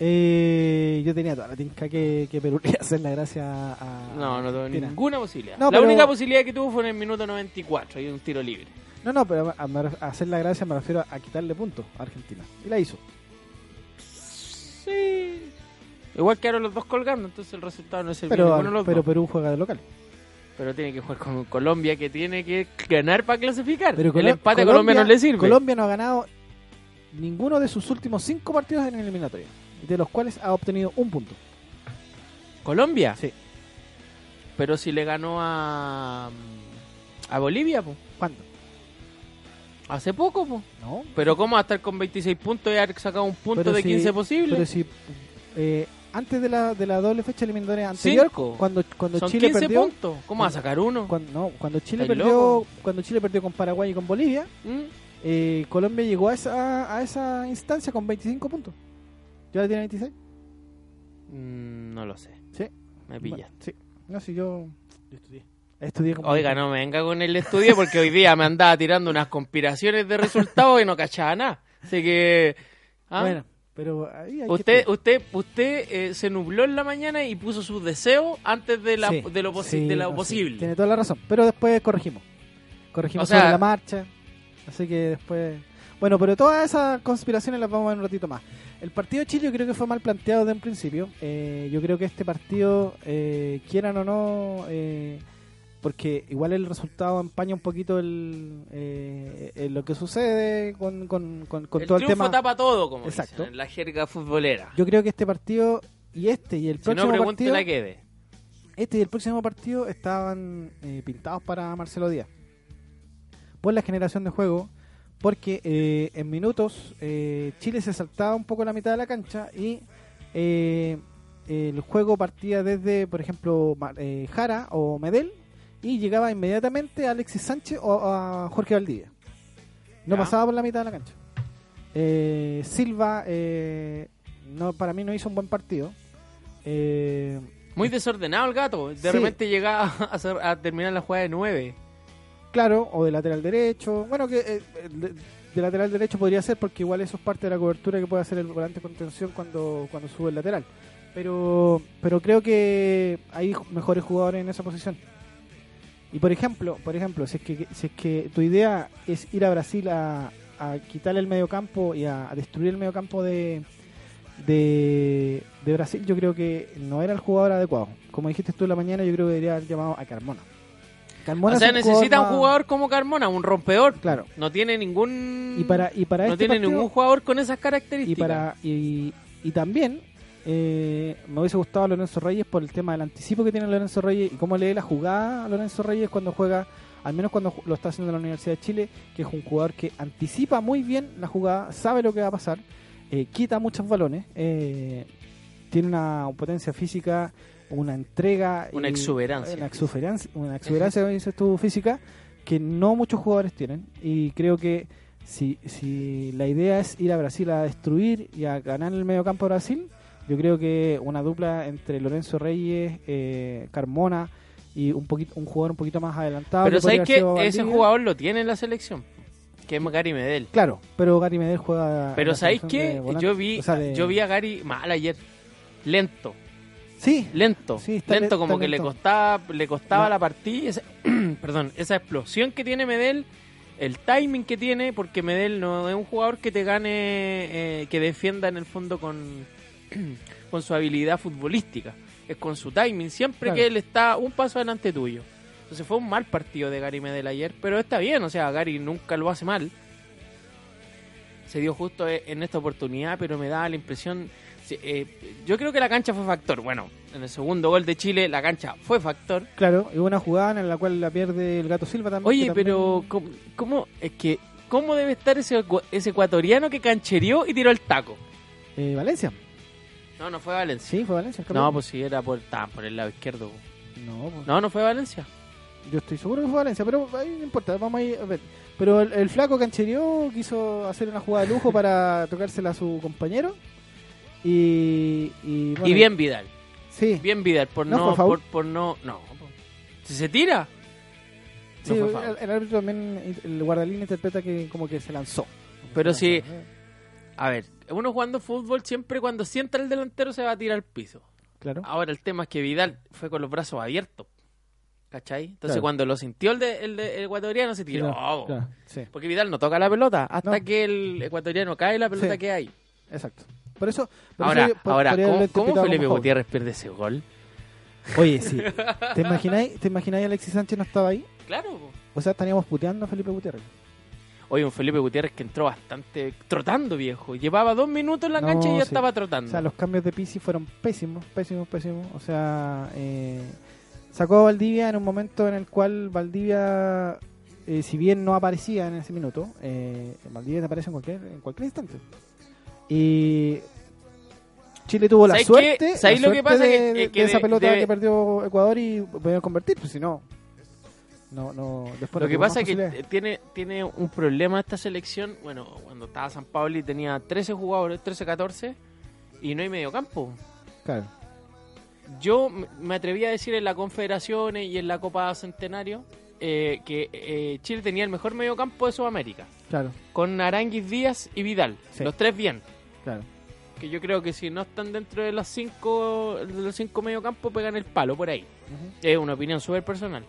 C: Eh, yo tenía toda la tinca que, que Perú le iba a hacer la gracia a.
D: No, no tuvo
C: Argentina.
D: ninguna posibilidad.
C: No,
D: la
C: pero-
D: única posibilidad que tuvo fue en el minuto 94, y un tiro libre.
C: No, no, pero a, me ref- a hacer la gracia me refiero a, a quitarle puntos a Argentina. Y la hizo.
D: Sí. Igual quedaron los dos colgando, entonces el resultado no es el
C: Pero,
D: ninguno de los
C: pero
D: dos.
C: Perú juega de local.
D: Pero tiene que jugar con Colombia, que tiene que ganar para clasificar.
C: Pero
D: el
C: Colo-
D: empate a Colombia no le sirve.
C: Colombia no ha ganado ninguno de sus últimos cinco partidos en el eliminatoria, de los cuales ha obtenido un punto.
D: ¿Colombia?
C: Sí.
D: Pero si le ganó a, mm, a Bolivia, po.
C: ¿Cuándo?
D: hace poco. Po.
C: No.
D: Pero ¿cómo va a estar con 26 puntos y haber sacado un punto
C: Pero
D: de
C: si-
D: 15 posible?
C: Pero si eh, antes de la, de la doble fecha eliminatoria anterior,
D: Cinco.
C: cuando cuando
D: Son
C: Chile
D: 15
C: perdió,
D: puntos. ¿Cómo va a sacar uno?
C: cuando, no, cuando Chile
D: ¿Estáis
C: perdió,
D: locos?
C: cuando Chile perdió con Paraguay y con Bolivia,
D: ¿Mm?
C: eh, Colombia llegó a esa a esa instancia con 25 puntos. ¿Yo ahora tiene 26?
D: Mm, No lo sé.
C: Sí.
D: Me pilla.
C: Bueno, sí. No, si yo, estudié. Estudié como-
D: Oiga, no me venga con el estudio porque hoy día me andaba tirando unas conspiraciones de resultados y no cachaba nada. Así que... ¿ah?
C: Bueno, pero ahí hay que
D: Usted, usted, usted eh, se nubló en la mañana y puso sus deseos antes de, la,
C: Sí,
D: de lo, posi-
C: sí,
D: de lo
C: no, sí,
D: posible.
C: tiene toda la razón, pero después corregimos. Corregimos
D: O sea-
C: sobre la marcha. Así que después. Bueno, pero todas esas conspiraciones las vamos a ver un ratito más. El partido de Chile yo creo que fue mal planteado de un principio. Eh, yo creo que este partido, eh, quieran o no, eh, porque igual el resultado empaña un poquito el, eh, eh, lo que sucede con, con- con- con
D: el
C: todo el
D: triunfo
C: tema.
D: tapa todo, como dicen
C: Exacto.
D: en la jerga futbolera.
C: Yo creo que este partido y este y el
D: si no,
C: próximo partido,
D: pregúntela a Quede.
C: este y el próximo partido estaban eh, pintados para Marcelo Díaz. Por la generación de juego, porque eh, en minutos eh, Chile se saltaba un poco la mitad de la cancha y eh, el juego partía desde, por ejemplo, Ma- eh, Jara o Medel y llegaba inmediatamente a Alexis Sánchez o a Jorge Valdivia. No
D: Ya.
C: pasaba por la mitad de la cancha. Eh, Silva, eh, no, para mí no hizo un buen partido. Eh,
D: Muy desordenado el gato. pues, De
C: Sí.
D: repente llegaba a, hacer- a terminar la jugada de nueve.
C: Claro, o de lateral derecho. Bueno, que eh, de, de lateral derecho podría ser porque igual eso es parte de la cobertura que puede hacer el volante con tensión cuando, cuando sube el lateral. Pero, pero creo que hay ju- mejores jugadores en esa posición. Y por ejemplo, por ejemplo, si es que, si es que tu idea es ir a Brasil a, a quitarle el mediocampo y a, a destruir el mediocampo de, de, de Brasil, yo creo que no era el jugador adecuado. Como dijiste tú en la mañana, yo creo que debería haber llamado a Carmona. Carmona
D: o sea,
C: es un
D: necesita un
C: más-
D: jugador como Carmona, un rompeor.
C: Claro.
D: No tiene ningún.
C: Y para, y para
D: no
C: este
D: tiene
C: partido-
D: ningún jugador con esas
C: y
D: características.
C: para y, y también eh, me hubiese gustado a Lorenzo Reyes por el tema del anticipo que tiene Lorenzo Reyes y cómo lee la jugada a Lorenzo Reyes cuando juega, al menos cuando ju- lo está haciendo en la Universidad de Chile, que es un jugador que anticipa muy bien la jugada, sabe lo que va a pasar, eh, quita muchos balones, eh, tiene una potencia física, una entrega,
D: Una
C: y-
D: exuberancia.
C: una exuberancia, una exuberancia, como dices tú, física, que no muchos jugadores tienen y creo que si, si la idea es ir a Brasil a destruir y a ganar el mediocampo de Brasil, yo creo que una dupla entre Lorenzo Reyes, eh, Carmona y un poquito un jugador un poquito más adelantado.
D: Pero
C: que podría
D: sabes
C: haber
D: que
C: sido
D: ese
C: Valdivia.
D: jugador lo tiene en la selección. Que es Gary Medel.
C: Claro, pero Gary Medel juega. Ah, en
D: Pero
C: la
D: sabéis
C: selección de
D: que
C: volante,
D: yo vi,
C: o sea, de-
D: yo vi a Gary mal ayer. Lento.
C: Sí,
D: lento,
C: Sí, está
D: lento
C: le-
D: como
C: está
D: que le
C: lento.
D: costaba, le costaba
C: No.
D: la partida, esa- perdón, esa explosión que tiene Medel, el timing que tiene, porque Medel no es un jugador que te gane, eh, que defienda en el fondo con, con su habilidad futbolística, es con su timing, siempre
C: Claro.
D: que él está un paso delante tuyo. Entonces fue un mal partido de Gary Medel ayer, pero está bien, o sea, Gary nunca lo hace mal. Se dio justo eh, en esta oportunidad, pero me da la impresión Sí, eh, yo creo que la cancha fue factor. Bueno, en el segundo gol de Chile la cancha fue factor.
C: claro, y una jugada en la cual la pierde el gato Silva también. que
D: Oye,
C: también-
D: pero ¿cómo, cómo- es que cómo debe estar ese ecu- ese ecuatoriano que cancherió y tiró el taco?
C: Eh, Valencia,
D: No, no fue Valencia.
C: sí, fue Valencia. el
D: No,
C: campeón.
D: pues si era por, tan por el lado izquierdo. po.
C: No, pues-
D: No, no fue Valencia.
C: Yo estoy seguro que fue Valencia, pero ahí no importa, vamos a ir a ver. Pero el, el flaco canchereó, quiso hacer una jugada de lujo para tocársela a su compañero. Y, y, bueno,
D: Y bien Vidal.
C: Sí,
D: Bien Vidal por
C: No
D: no,
C: fue foul.
D: por, por no, no. po. Si se tira.
C: sí, eh,
D: no fue foul.
C: eh, el, el árbitro también, el guardalín interpreta que como que se lanzó.
D: Pero
C: sí
D: si A ver, uno jugando fútbol siempre cuando sienta el delantero se va a tirar al piso.
C: Claro.
D: Ahora el tema es que Vidal fue con los brazos abiertos. ¿Cachai? Entonces
C: Claro.
D: cuando lo sintió el, de- el, de- el ecuatoriano se tiró.
C: Claro, claro, sí,
D: Porque Vidal no toca la pelota hasta
C: No.
D: que el ecuatoriano cae la pelota
C: Sí.
D: que hay.
C: exacto. Por eso. por
D: Ahora,
C: eso yo po-
D: ahora
C: podría
D: ¿cómo,
C: haberle
D: cómo
C: interpretado
D: Felipe
C: como foul.
D: Gutiérrez pierde ese gol?
C: Oye, sí. ¿Te imagináis, ¿Te imagináis Alexis Sánchez no estaba ahí?
D: Claro. po.
C: O sea, estaríamos puteando a Felipe Gutiérrez.
D: Oye, un Felipe Gutiérrez que entró bastante trotando, viejo. Llevaba dos minutos en la
C: No,
D: cancha y ya
C: sí.
D: estaba
C: O
D: trotando.
C: sea, los cambios de Pisi fueron pésimos, pésimos, pésimos. O sea, eh, sacó a Valdivia en un momento en el cual Valdivia, eh, si bien no aparecía en ese minuto, eh, Valdivia desaparece en cualquier, en cualquier instante. Y Chile tuvo la
D: ¿Sabes qué?
C: suerte, la
D: ¿Sabes lo que
C: suerte
D: pasa?
C: de,
D: Que- que
C: de esa
D: de-
C: pelota
D: de-
C: que perdió Ecuador y podían convertir, pues si no. No, no, después
D: Lo
C: no
D: que
C: tuvo más
D: pasa es que
C: posibilidades.
D: eh, tiene, tiene un problema esta selección. Bueno, cuando estaba San Pablo y tenía 13 jugadores, 13, 14, y no hay mediocampo.
C: Claro.
D: Yo m- me atreví a decir en la Confederaciones y en la Copa Centenario eh, que eh, Chile tenía el mejor mediocampo de Sudamérica,
C: Claro,
D: con Aranguis Díaz y Vidal.
C: Sí.
D: Los tres bien.
C: claro.
D: Que yo creo que si no están dentro de los cinco, de los cinco mediocampos, pegan el palo por ahí. Es una opinión súper personal.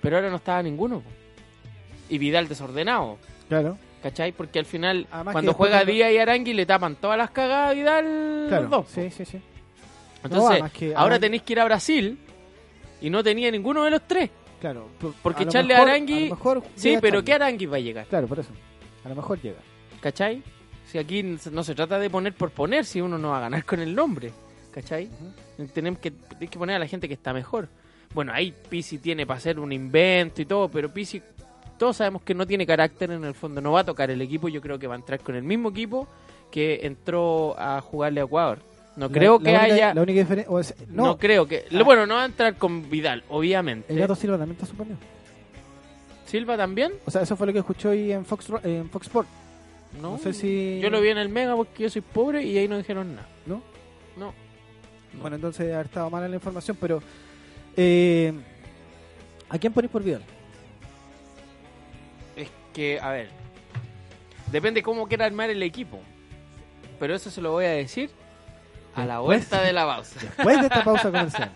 D: Pero ahora no estaba ninguno. po. Y Vidal desordenado.
C: Claro.
D: ¿Cachai? Porque al final,
C: Además
D: cuando
C: que después
D: juega
C: cuando-
D: Díaz y Arangui, le tapan todas las cagadas a Vidal.
C: Claro.
D: los dos.
C: Sí, sí, sí.
D: Entonces,
C: además que
D: ahora
C: Arangui-
D: tenéis que ir a Brasil y no tenía ninguno de los tres.
C: Claro, por-
D: Porque
C: a lo
D: Charles
C: mejor-
D: Arangui-
C: a lo mejor
D: Sí,
C: llega
D: pero
C: Charles.
D: ¿qué Arangui va a llegar?
C: Claro, por eso. A lo mejor llega.
D: ¿Cachai? Si aquí n- no se trata de poner por poner, si uno no va a ganar con el nombre. ¿Cachai? Tenemos que, hay que poner a la gente que está mejor. Bueno, ahí Pisi tiene para hacer un invento y todo, pero Pisi, todos sabemos que no tiene carácter en el fondo, no va a tocar el equipo. Yo creo que va a entrar con el mismo equipo que entró a jugarle a Ecuador. No
C: La-
D: creo
C: la
D: que
C: única-
D: haya.
C: La única diferencia. o es-
D: no.
C: no, Ah.
D: creo que. lo Bueno, no va a entrar con Vidal, obviamente.
C: el gato Silva también está suspendido.
D: ¿Silva también?
C: O sea, eso fue lo que escuché hoy en Fox, Ro- en Fox Sport.
D: No,
C: No sé si-
D: Yo lo vi en el Mega porque yo soy pobre y ahí no dijeron nada.
C: ¿No?
D: No.
C: Bueno, entonces ha estado mala la información, pero. eh, ¿A quién ponéis por Vidal?
D: Es que, a ver, depende cómo quiera armar el equipo. Pero eso se lo voy a decir a la
C: Después.
D: vuelta de la pausa.
C: Después de esta pausa comercial.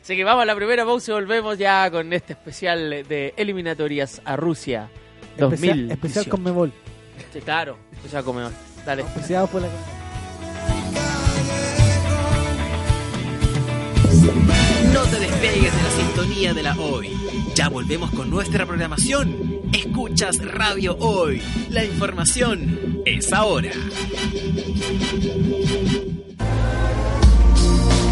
D: Así que vamos a la primera pausa y volvemos ya con este especial de eliminatorias a Rusia
C: especial,
D: 2000.
C: especial con Mebol.
D: Sí, claro, especial con Mebol. Dale.
C: Auspiciado por la.
F: No te despegues de la sintonía de la hoy. Ya volvemos con nuestra programación. Escuchas Radio Hoy. La información es ahora.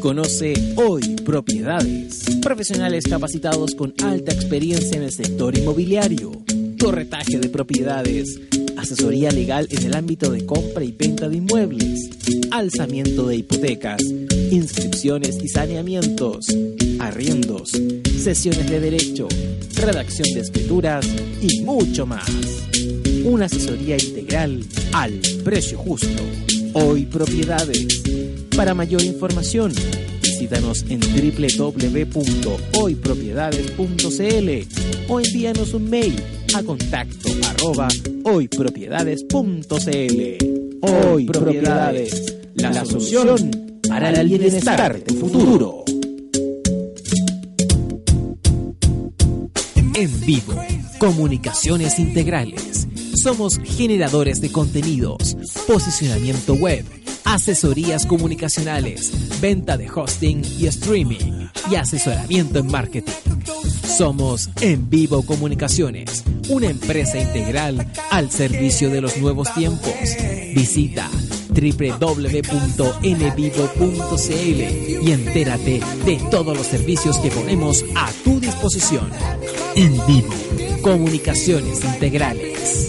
A: Conoce hoy propiedades. Profesionales capacitados con alta experiencia en el sector inmobiliario. Corretaje de propiedades. Asesoría legal en el ámbito de compra y venta de inmuebles. Alzamiento de hipotecas. Inscripciones y saneamientos. Arriendos. Sesiones de derecho. Redacción de escrituras. Y mucho más. Una asesoría integral al precio justo. Hoy propiedades. Para mayor información, visítanos en www.hoypropiedades.cl o envíanos un mail a contacto arroba hoypropiedades.cl. Hoy Propiedades, la solución para el bienestar de tu futuro. En vivo, comunicaciones integrales. Somos generadores de contenidos, posicionamiento web, asesorías comunicacionales, venta de hosting y streaming y asesoramiento en marketing. Somos En Vivo Comunicaciones, una empresa integral al servicio de los nuevos tiempos. Visita www.nvivo.cl y entérate de todos los servicios que ponemos a tu disposición. en vivo. Comunicaciones integrales.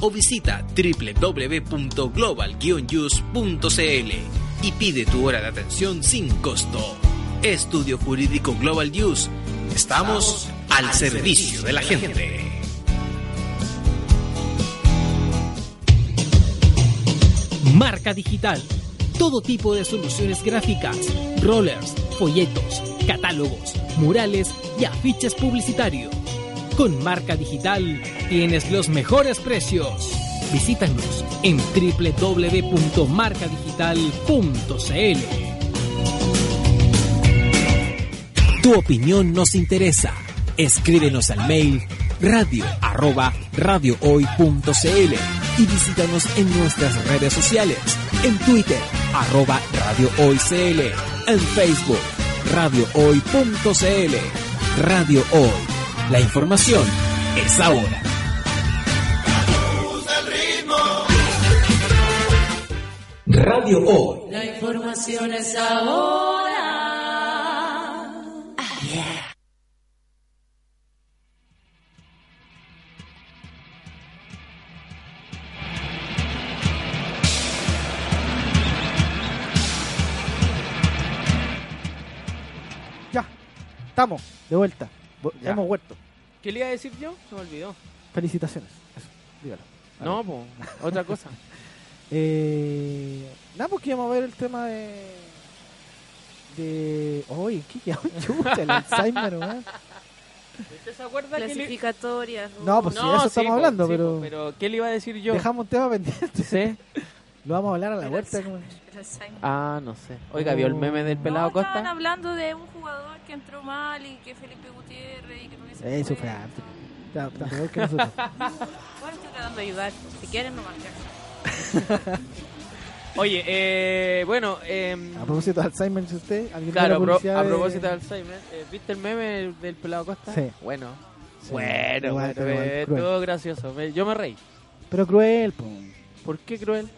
F: o visita wwwglobal y pide tu hora de atención sin costo. Estudio Jurídico Global News. Estamos al servicio de la gente.
A: Marca digital. Todo tipo de soluciones gráficas, rollers, folletos, catálogos, murales y afiches publicitarios. Con Marca Digital tienes los mejores precios. Visítanos en www.marcadigital.cl. Tu opinión nos interesa. Escríbenos al mail radio arroba radiohoy.cl y visítanos en nuestras redes sociales, en Twitter arroba radiohoycl, en Facebook radiohoy.cl. Radio Hoy. La información es ahora. Radio Hoy.
G: La información es ahora.
C: Ya, estamos de vuelta. Vo-
D: Ya.
C: Hemos vuelto.
D: ¿Qué le iba a decir yo? Se me olvidó.
C: Felicitaciones. Eso, dígalo.
D: No, po, otra cosa.
C: Eh, nada, porque íbamos a ver el tema de. de. Oye, ¿qué quedamos? Chuta, el Alzheimer, weón.
D: ¿Usted se acuerda que le...
E: Clasificatorias.
C: No, pues sí, de eso
D: sí,
C: estamos
D: po,
C: hablando,
D: sí,
C: pero.
D: po, pero ¿qué le iba a decir yo?
C: Dejamos un tema pendiente.
D: ¿Sí?
C: Lo vamos a hablar a la vuelta. como-
D: Ah, no sé. Oiga, ¿vio el meme del pelado
E: no, estaban
D: Costa?
E: hablando de un jugador que entró mal y que Felipe Gutiérrez y que no hubiese...
C: Eh, eso fue antes. Está- está peor que nosotros.
E: Bueno, estoy tratando de ayudar. Si quieren, no marcar.
D: Oye, eh, bueno, eh,
C: A propósito de Alzheimer, dice usted, alguien de
D: claro, a,
C: la
D: pro-
C: publicidad
D: a
C: de-
D: propósito de Alzheimer, eh, ¿viste el meme del pelado Costa?
C: Sí.
D: Bueno,
C: Sí,
D: bueno,
C: igual,
D: bueno,
C: pero igual,
D: eh,
C: cruel.
D: todo gracioso. Me- yo me reí.
C: Pero cruel, po.
D: ¿Por qué cruel?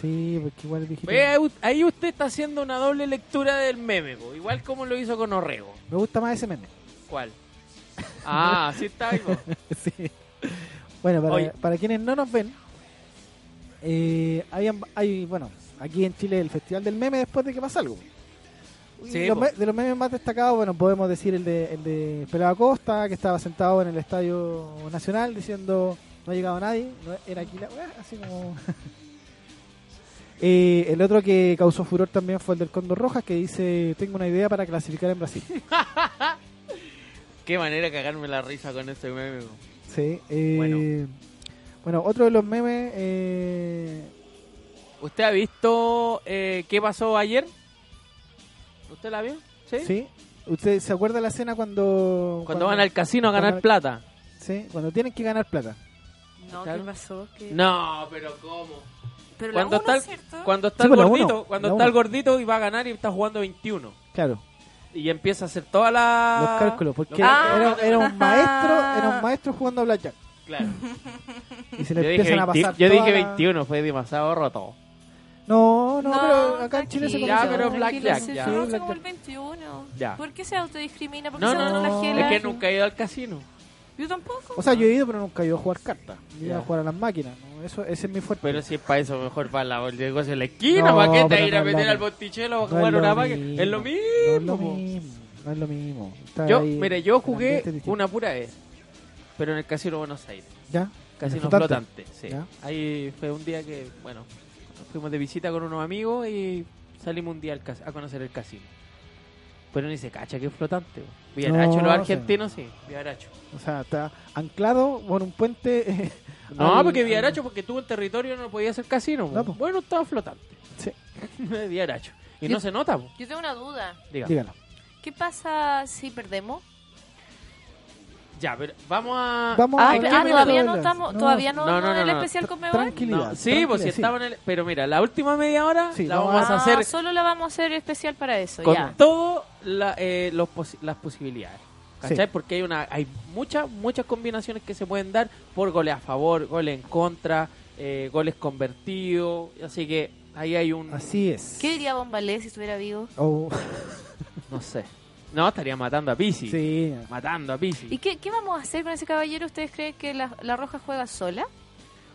C: Sí, porque igual dije.
D: Ve, ahí u- ahí usted está haciendo una doble lectura del meme, po, igual como lo hizo con Orrego.
C: Me gusta más ese meme.
D: ¿Cuál? Ah, sí está ahí, po.
C: Sí. Bueno,
D: Oye.
C: para, para quienes no nos ven, eh, habían- hay, bueno, aquí en Chile el Festival del Meme después de que pasa algo. Y
D: Sí,
C: los
D: po.
C: me- de los memes más destacados, bueno, podemos decir el de, el de Pelado Costa, que estaba sentado en el Estadio Nacional diciendo no ha llegado nadie, no era aquí la weá", así como... Eh, el otro que causó furor también fue el del Condor Rojas, que dice, tengo una idea para clasificar en Brasil.
D: Qué manera de cagarme la risa con ese meme, po.
C: Sí, eh,
D: Bueno.
C: bueno. otro de los memes... eh,
D: ¿Usted ha visto eh, qué pasó ayer? ¿Usted la vio? ¿Sí?
C: ¿Sí? ¿Usted se acuerda la escena cuando...
D: Cuando van al casino a ganar
C: cuando-
D: plata.
C: Sí, cuando tienen que ganar plata.
E: No,
D: Claro.
E: ¿qué pasó? ¿Qué?
D: No, pero ¿cómo?
E: Pero la
D: Cuando
E: uno,
D: está, el-
E: ¿cierto?
D: cuando está
C: Sí,
D: el
C: pues la
D: gordito,
C: uno,
D: cuando
C: la
D: está el
C: uno.
D: gordito y va a ganar y está jugando 21.
C: Claro,
D: Y empieza a hacer toda la...
C: los cálculos, porque
D: Ah. los cálculos Ah.
C: era,
D: de-
C: era
E: ajá.
C: un maestro, era un maestro jugando a blackjack
D: Claro.
C: y se
D: Yo
C: le
D: dije,
C: empiezan a
D: 20
C: pasar.
D: yo
C: toda
D: dije
C: la-
D: 21, fue demasiado roto.
C: No, no, pero acá en Chile se conoce.
E: tranquilo,
D: Ya, pero
E: tranquilo,
D: blackjack,
E: se
D: ya.
E: conoce
C: Sí,
E: como
C: blackjack.
E: el 21.
D: Ya.
E: ¿Por qué se autodiscrimina? ¿Por qué
D: No,
E: se
D: no, no,
E: autoflagela?
D: es que nunca he ido al casino.
E: Yo tampoco.
C: O sea, yo he ido, pero nunca he ido a jugar cartas. Yo he ido
D: Ya.
C: a jugar a las máquinas. ¿no? Eso, ese es mi fuerte.
D: Pero si es para eso, mejor para la, el negocio de la esquina.
C: No,
D: ¿Para qué te
C: pero
D: ir
C: no
D: a
C: es lo
D: meter al
C: mismo.
D: botichelo a
C: No
D: jugar una
C: mismo.
D: máquina? Es lo mismo.
C: No es lo
D: po.
C: mismo. No es lo mismo. Está
D: Yo,
C: ahí-
D: mire, yo
C: el ambiente
D: jugué
C: es distinto.
D: una pura vez. pero en el Casino Buenos Aires.
C: ¿Ya?
D: Casino
C: flotante?
D: flotante, sí.
C: Ya.
D: Ahí fue un día que, bueno, fuimos de visita con unos amigos y salimos un día al cas- a conocer el casino. Pero ni se cacha que es flotante. po. Villaracho,
C: No,
D: los
C: sí.
D: argentinos sí, Villaracho.
C: O sea, está anclado por un puente. eh,
D: No,
C: al-
D: porque Villaracho, porque tuvo el territorio, no podía ser casino. po.
C: No, po.
D: Bueno, estaba flotante.
C: Sí.
D: Villaracho. Y
E: Yo-
D: no se nota, po.
E: Yo tengo una duda.
D: Diga.
C: Dígalo.
E: ¿Qué pasa si perdemos?
D: Ya, pero vamos a.
C: Vamos
E: Ah,
C: a
D: hay que
E: ah,
D: verlo.
E: todavía no
C: hablar.
E: estamos, todavía no,
D: No,
E: no,
D: no, no,
E: el
D: no.
E: especial con Mebol.
C: Tranquilidad.
D: No, sí, pues si
C: tranquilidad,
D: estaban en el- Pero mira, la última media hora
C: Sí,
D: la
C: vamos
D: vamos,
C: a-
D: a hacer
E: Ah, solo la vamos a hacer especial para eso,
D: con
E: ya.
D: todas los posi- las posibilidades. ¿Cachai?
C: Sí.
D: Porque hay una hay muchas, muchas combinaciones que se pueden dar por goles a favor, goles en contra, eh, goles convertidos. Así que ahí hay un.
C: Así es.
E: ¿Qué diría Bombalé si estuviera vivo?
C: Oh,
D: No sé. No, estaría matando a Pisi.
C: sí.
D: Matando a
E: ¿Y
D: Pisi.
E: qué, qué vamos a hacer con ese caballero? ¿Ustedes creen que la, la Roja juega sola?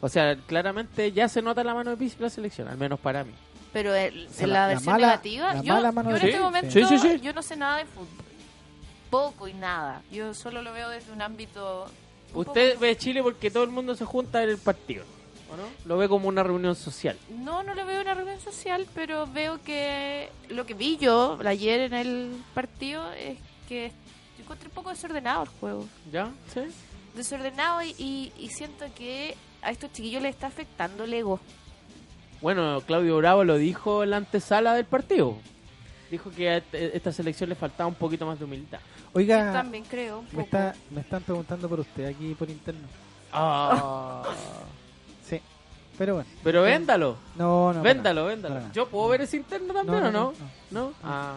D: O sea, claramente ya se nota la mano de Pisi en la selección, al menos para mí.
E: Pero el-
C: sea,
E: la,
C: la- la
E: versión
C: mala-
E: negativa,
C: la
E: yo,
C: mala mano
E: yo en
D: de-
E: este
D: Sí,
E: momento
D: sí, sí, sí.
E: yo no sé nada de fútbol. Poco y nada. Yo solo lo veo desde un ámbito... un
D: Usted ve Chile porque todo el mundo se junta en el partido. ¿o no? Lo ve como una reunión social.
E: poco- No, no lo veo en la reunión social, pero veo que eh, lo que vi yo ayer en el partido es que yo encontré un poco desordenado el juego.
D: ¿Ya? ¿Sí?
E: Desordenado y, y- y siento que a estos chiquillos les está afectando el ego.
D: Bueno, Claudio Bravo lo dijo en la antesala del partido. Dijo que a este- esta selección le faltaba un poquito más de humildad.
C: Oiga,
E: Yo también creo un poco.
C: Ah, me, está, me están preguntando por usted aquí por interno. Sí. Pero Ah. bueno.
D: Pero véndalo,
C: No, no. para
D: véndalo,
C: nada,
D: véndalo.
C: para nada.
D: ¿Yo puedo ver ese interno también
C: No, no,
D: o no?
C: no,
D: ¿No? Ah,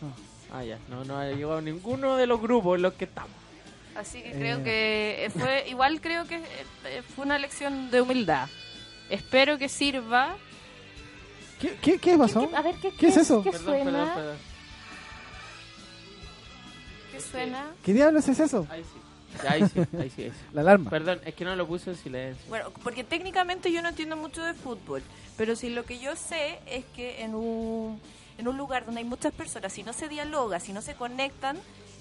C: no.
D: ah, ya. No, no ha llegado ninguno de los grupos en los que estamos.
E: Así que creo
C: Eh.
E: que eh, fue, igual creo que eh, eh, fue una lección de humildad. Espero que sirva.
C: ¿Qué, qué, qué pasó?
E: a ver, ¿qué,
C: qué es eso?
E: ¿Qué
D: Perdón,
E: suena?
D: perdón, perdón.
E: ¿Qué suena?
C: ¿Qué diablos es eso?
D: Ahí sí. Ya, ahí sí, ahí sí, ahí sí.
C: La alarma.
D: Perdón, es que no lo puse en silencio.
E: Bueno, porque técnicamente yo no entiendo mucho de fútbol, pero sí lo que yo sé es que en un, en un lugar donde hay muchas personas, si no se dialoga, si no se conectan,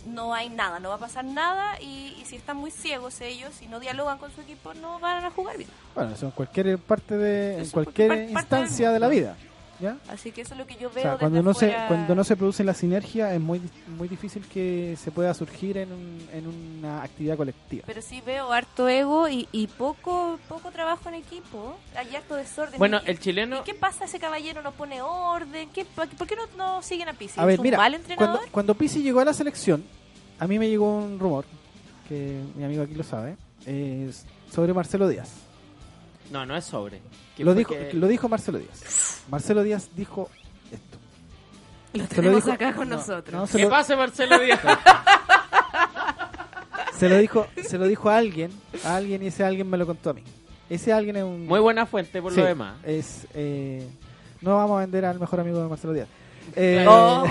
E: no hay nada, no va a pasar nada y, y si están muy ciegos ellos, si no dialogan con su equipo, no van a jugar bien.
C: Bueno, eso en cualquier parte de, en
E: Eso,
C: cualquier
E: par- pues, parte
C: instancia
E: del
C: de la vida. ¿Ya?
E: Así que eso es lo que yo
C: O
E: veo.
C: sea,
E: desde
C: cuando no, se,
E: afuera.
C: cuando no se produce la sinergia es muy, di- muy difícil que se pueda surgir en, un- en una actividad colectiva.
E: Pero sí veo harto ego y, y poco poco trabajo en equipo. Hay harto desorden.
D: Bueno,
E: ¿Y-
D: el chileno...
E: ¿Y qué pasa? Ese caballero no pone orden. ¿Qué, pa- ¿Por qué no, no siguen a Pizzi?
C: A ver,
E: ¿Es un
C: mira,
E: mal
C: cuando,
E: entrenador?
C: cuando Pizzi llegó a la selección, a mí me llegó un rumor, que mi amigo aquí lo sabe, eh, sobre Marcelo Díaz.
D: No, no es sobre. Que
C: Lo
D: fue
C: dijo,
D: que-
C: lo dijo Marcelo Díaz. Marcelo Díaz dijo esto.
E: Lo
C: Se lo
E: tenemos
C: dijo-
E: acá con
C: no,
E: nosotros.
C: no, se
D: Que
C: lo-
D: pase Marcelo Díaz.
C: Se lo dijo, se lo dijo a alguien, a alguien y ese alguien me lo contó a mí. Ese alguien es un
D: Muy buena fuente por
C: Sí,
D: lo demás.
C: Es eh, no vamos a vender al mejor amigo de Marcelo Díaz. Eh,
E: Oh.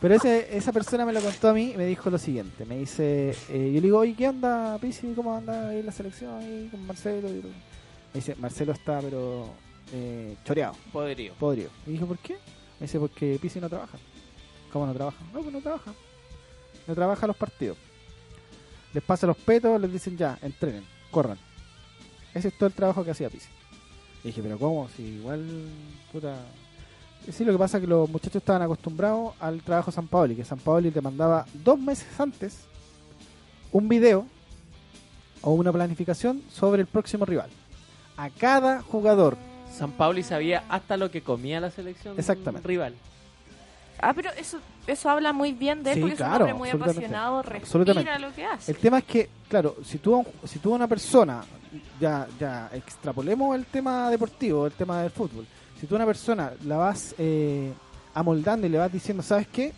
C: Pero ese, esa persona me lo contó a mí y me dijo lo siguiente. Me dice, eh, yo le digo, oye, ¿qué onda, Pizzi? ¿Cómo anda ahí la selección ahí con Marcelo? Y yo- Me dice, Marcelo está pero eh, choreado,
D: Podrío.
C: podrido. Y dije, ¿por qué? Me dice, porque Pizzi no trabaja. ¿Cómo no trabaja? No, pues no trabaja. No trabaja los partidos. Les pasa los petos, les dicen ya, entrenen, corran. Ese es todo el trabajo que hacía Pizzi. Y dije, pero ¿cómo? Si igual, puta... Y Sí, lo que pasa es que los muchachos estaban acostumbrados al trabajo San Paoli, que San Paoli te mandaba dos meses antes un video o una planificación sobre el próximo rival. A cada jugador.
D: San Pauli sabía hasta lo que comía la selección
C: Exactamente.
D: rival.
E: Ah, pero eso, eso habla muy bien de él
C: Sí,
E: porque es
C: claro,
E: un hombre muy
C: absolutamente.
E: apasionado, respira
C: Absolutamente.
E: lo que hace.
C: El tema es que, claro, si tú, a un- si tú a una persona, ya, ya extrapolemos el tema deportivo, el tema del fútbol, si tú a una persona la vas eh, amoldando y le vas diciendo, ¿sabes qué?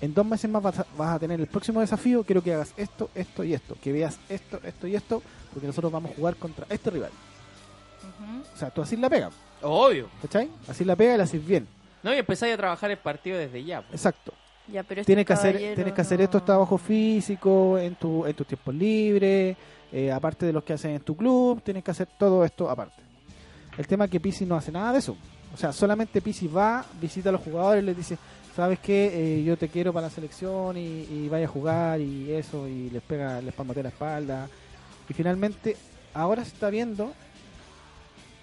C: En dos meses más vas a, vas a tener el próximo desafío, quiero que hagas esto, esto y esto, que veas esto, esto y esto, porque nosotros vamos a jugar contra este rival.
E: Ujú.
C: O sea, tú así la pega,
D: Obvio.
C: ¿cachai? Así la pega y la haces bien.
D: No, y empezáis a trabajar el partido desde ya. po.
C: Exacto.
E: Ya, pero este
C: tienes que hacer
E: caballero
C: tienes que hacer
E: no-
C: estos trabajos físicos en tu en tus tiempos libres eh, aparte de los que haces en tu club tienes que hacer todo esto aparte el tema es que Pisi no hace nada de eso O sea, solamente Pisi va, visita a los jugadores, les dice, ¿sabes qué? Eh, yo te quiero para la selección y, y vaya a jugar y eso, y les pega, les palmotea la espalda. Y finalmente, ahora se está viendo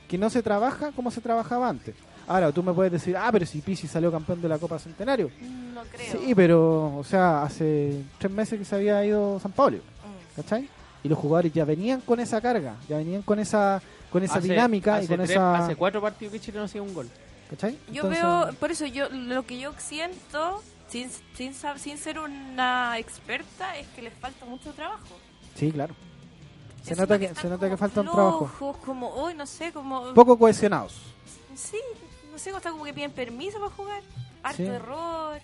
C: que no se trabaja como se trabajaba antes. Ahora, tú me puedes decir, ah, pero si Pisi salió campeón de la Copa Centenario.
E: No creo.
C: Sí, pero, o sea, hace tres meses que se había ido San Pablo,
E: Mm.
C: ¿cachai? Y los jugadores ya venían con esa carga, ya venían con esa con esa
D: Hace-
C: dinámica y
D: hace
C: con
D: tres-
C: esa...
D: Hace cuatro partidos que Chile no hacía un gol.
C: ¿Cachai?
E: Yo
C: Entonces-
E: veo, por eso yo lo que yo siento, sin, sin, sab- sin ser una experta, es que les falta mucho trabajo.
C: Sí, claro. Se
E: Eso
C: nota
E: de
C: que,
E: están
C: se nota que
E: como
C: faltan trabajo.
E: flojos, Como hoy, no sé, como.
C: Poco cohesionados.
E: Sí, no sé, está como que piden permiso para jugar. Harto
C: Sí.
E: error.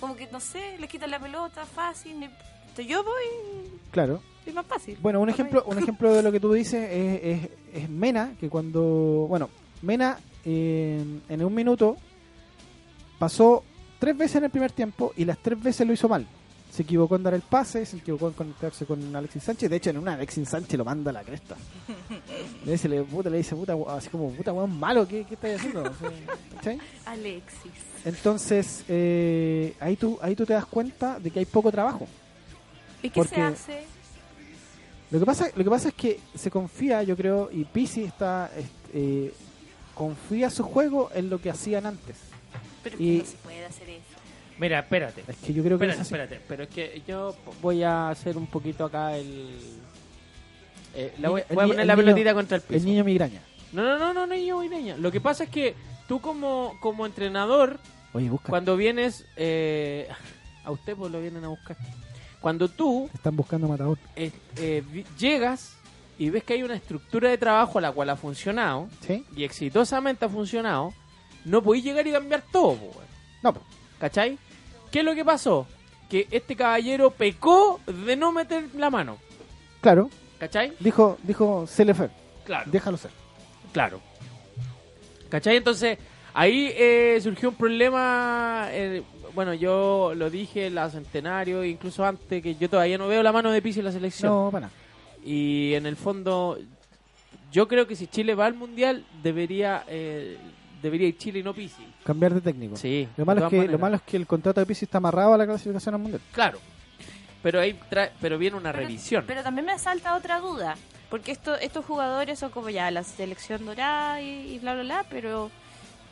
E: Como que, no sé, les quitan la pelota fácil. ni- Entonces yo voy
C: Claro.
E: y es más fácil.
C: Bueno, un
E: Papá,
C: ejemplo, un ejemplo de lo que tú dices es, es- es Mena, que cuando. Bueno, Mena eh, en un minuto pasó tres veces en el primer tiempo y las tres veces lo hizo mal. Se equivocó en dar el pase, se equivocó en conectarse con Alexis Sánchez. De hecho, en una Alexis Sánchez lo manda a la cresta. Le dice, le, puta, le dice, puta, gua- así como, puta, weón malo, ¿qué, qué estás haciendo? O sea, ¿cachai?
E: Alexis.
C: Entonces, eh, ahí, tú, ahí tú te das cuenta de que hay poco trabajo.
E: ¿Y qué
C: Porque-
E: se hace?
C: Lo que pasa, lo que pasa es que se confía, yo creo, y Pisi está est- eh, confía su juego en lo que hacían antes.
E: Pero
C: y-
E: no se puede hacer eso.
D: Mira, espérate.
C: Es que yo creo que es
D: Espérate,
C: así.
D: espérate, pero es que yo p- voy a hacer un poquito acá el... eh, la voy,
C: El
D: voy a
C: ni-
D: poner
C: el
D: la
C: niño-
D: pelotita contra el
C: el
D: piso.
C: niño migraña.
D: No, no, no, no, niño Guireña. Lo que pasa es que tú como, como entrenador,
C: Oye, busca.
D: cuando vienes... eh, a usted pues lo vienen a buscar. Cuando tú
C: Te están buscando matador.
D: eh, eh, vi- llegas y ves que hay una estructura de trabajo la cual ha funcionado
C: ¿Sí?
D: y exitosamente ha funcionado, no podéis llegar y cambiar todo, po, weón.
C: No, po.
D: ¿Cachai? ¿Qué es lo que pasó? Que este caballero pecó de no meter la mano.
C: claro.
D: ¿Cachai?
C: Dijo, dijo Celefer,
D: Claro.
C: déjalo ser.
D: Claro. ¿Cachai? Entonces, ahí eh, surgió un problema. eh, bueno, yo lo dije en la centenario, incluso antes, que yo todavía no veo la mano de Pizzi en la selección.
C: No, para nada.
D: Y en el fondo, yo creo que si Chile va al mundial, debería eh, debería ir Chile y no Pizzi.
C: Cambiar de técnico.
D: Sí.
C: Lo malo,
D: de
C: es
D: todas
C: que, lo
D: maneras.
C: malo es que el contrato de Pisi está amarrado a la clasificación al mundial.
D: Claro. Pero, ahí tra- pero viene una revisión.
E: Pero también me asalta otra duda, porque esto, estos jugadores son como ya la selección dorada y, y bla, bla, bla, pero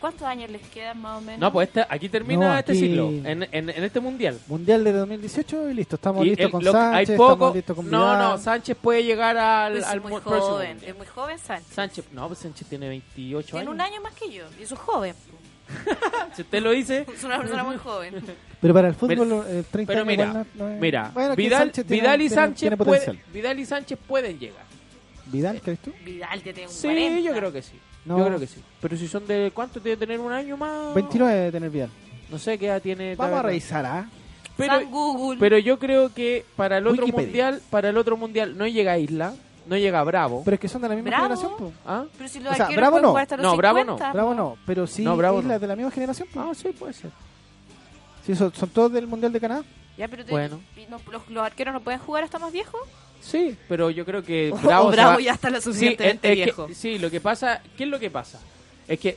E: ¿cuántos años les quedan más o menos?
D: No, pues esta- aquí termina
C: No,
D: este
C: aquí-
D: ciclo, en, en- en este mundial.
C: Mundial de 2018 y listo. Estamos
D: Y
C: listos
D: el-
C: con
D: lo-
C: Sánchez,
D: hay poco.
C: estamos listos con
D: no,
C: Vidal.
D: no, Sánchez puede llegar al,
E: Pues es
D: al
E: muy
D: mu- próximo
E: joven,
D: mundial.
E: es muy joven Sánchez.
D: Sánchez, no, pues Sánchez tiene 28
E: Tiene
D: años.
E: un año más que yo, y eso es joven.
D: Si usted lo dice,
E: Es una persona muy joven.
C: Pero para el fútbol,
D: Pero-
C: eh, 30
D: pero
C: años
D: mira,
C: igual no- no es-
D: mira,
C: Bueno, que
D: Vidal,
C: Sánchez tiene-
D: Vidal y
C: tiene-
D: Sánchez
C: tiene
D: puede-
C: potencial.
D: Vidal y Sánchez pueden llegar.
C: ¿Vidal, crees tú?
E: Vidal ya tiene un
D: Sí,
E: 40.
D: yo creo que sí. Yo
C: No.
D: creo que sí. Pero si son de cuánto tiene que tener un año más.
C: 29 de tener Vidal.
D: No sé qué edad tiene.
C: Vamos a
D: Taberna.
C: revisar, ¿ah?
D: Pero,
E: San Google.
D: pero yo creo que para el otro
C: Wikipedia.
D: mundial, para el otro mundial no llega Isla, no llega Bravo.
C: Pero es que son de la misma
E: Bravo.
C: generación, po.
D: ¿Ah?
E: Pero si los
C: o sea,
E: arqueros
C: Bravo
E: pueden
C: no.
E: jugar hasta los
D: No, Bravo
E: 50.
C: Bravo no, pero sí
D: No, Bravo
C: Isla
D: no.
C: de la misma generación, po.
D: Ah, sí, puede ser.
C: Sí, son, son todos del Mundial de Canadá.
E: Ya, pero te-
D: Bueno.
E: y no- los, los arqueros no pueden jugar hasta más viejos.
D: Sí, pero yo creo que
E: O- o
D: Bravo, se
E: Oh, Bravo
D: va-
E: ya está lo
D: Sí,
E: suficientemente
D: es- es que-
E: viejo.
D: sí, lo que pasa, ¿qué es lo que pasa? Es que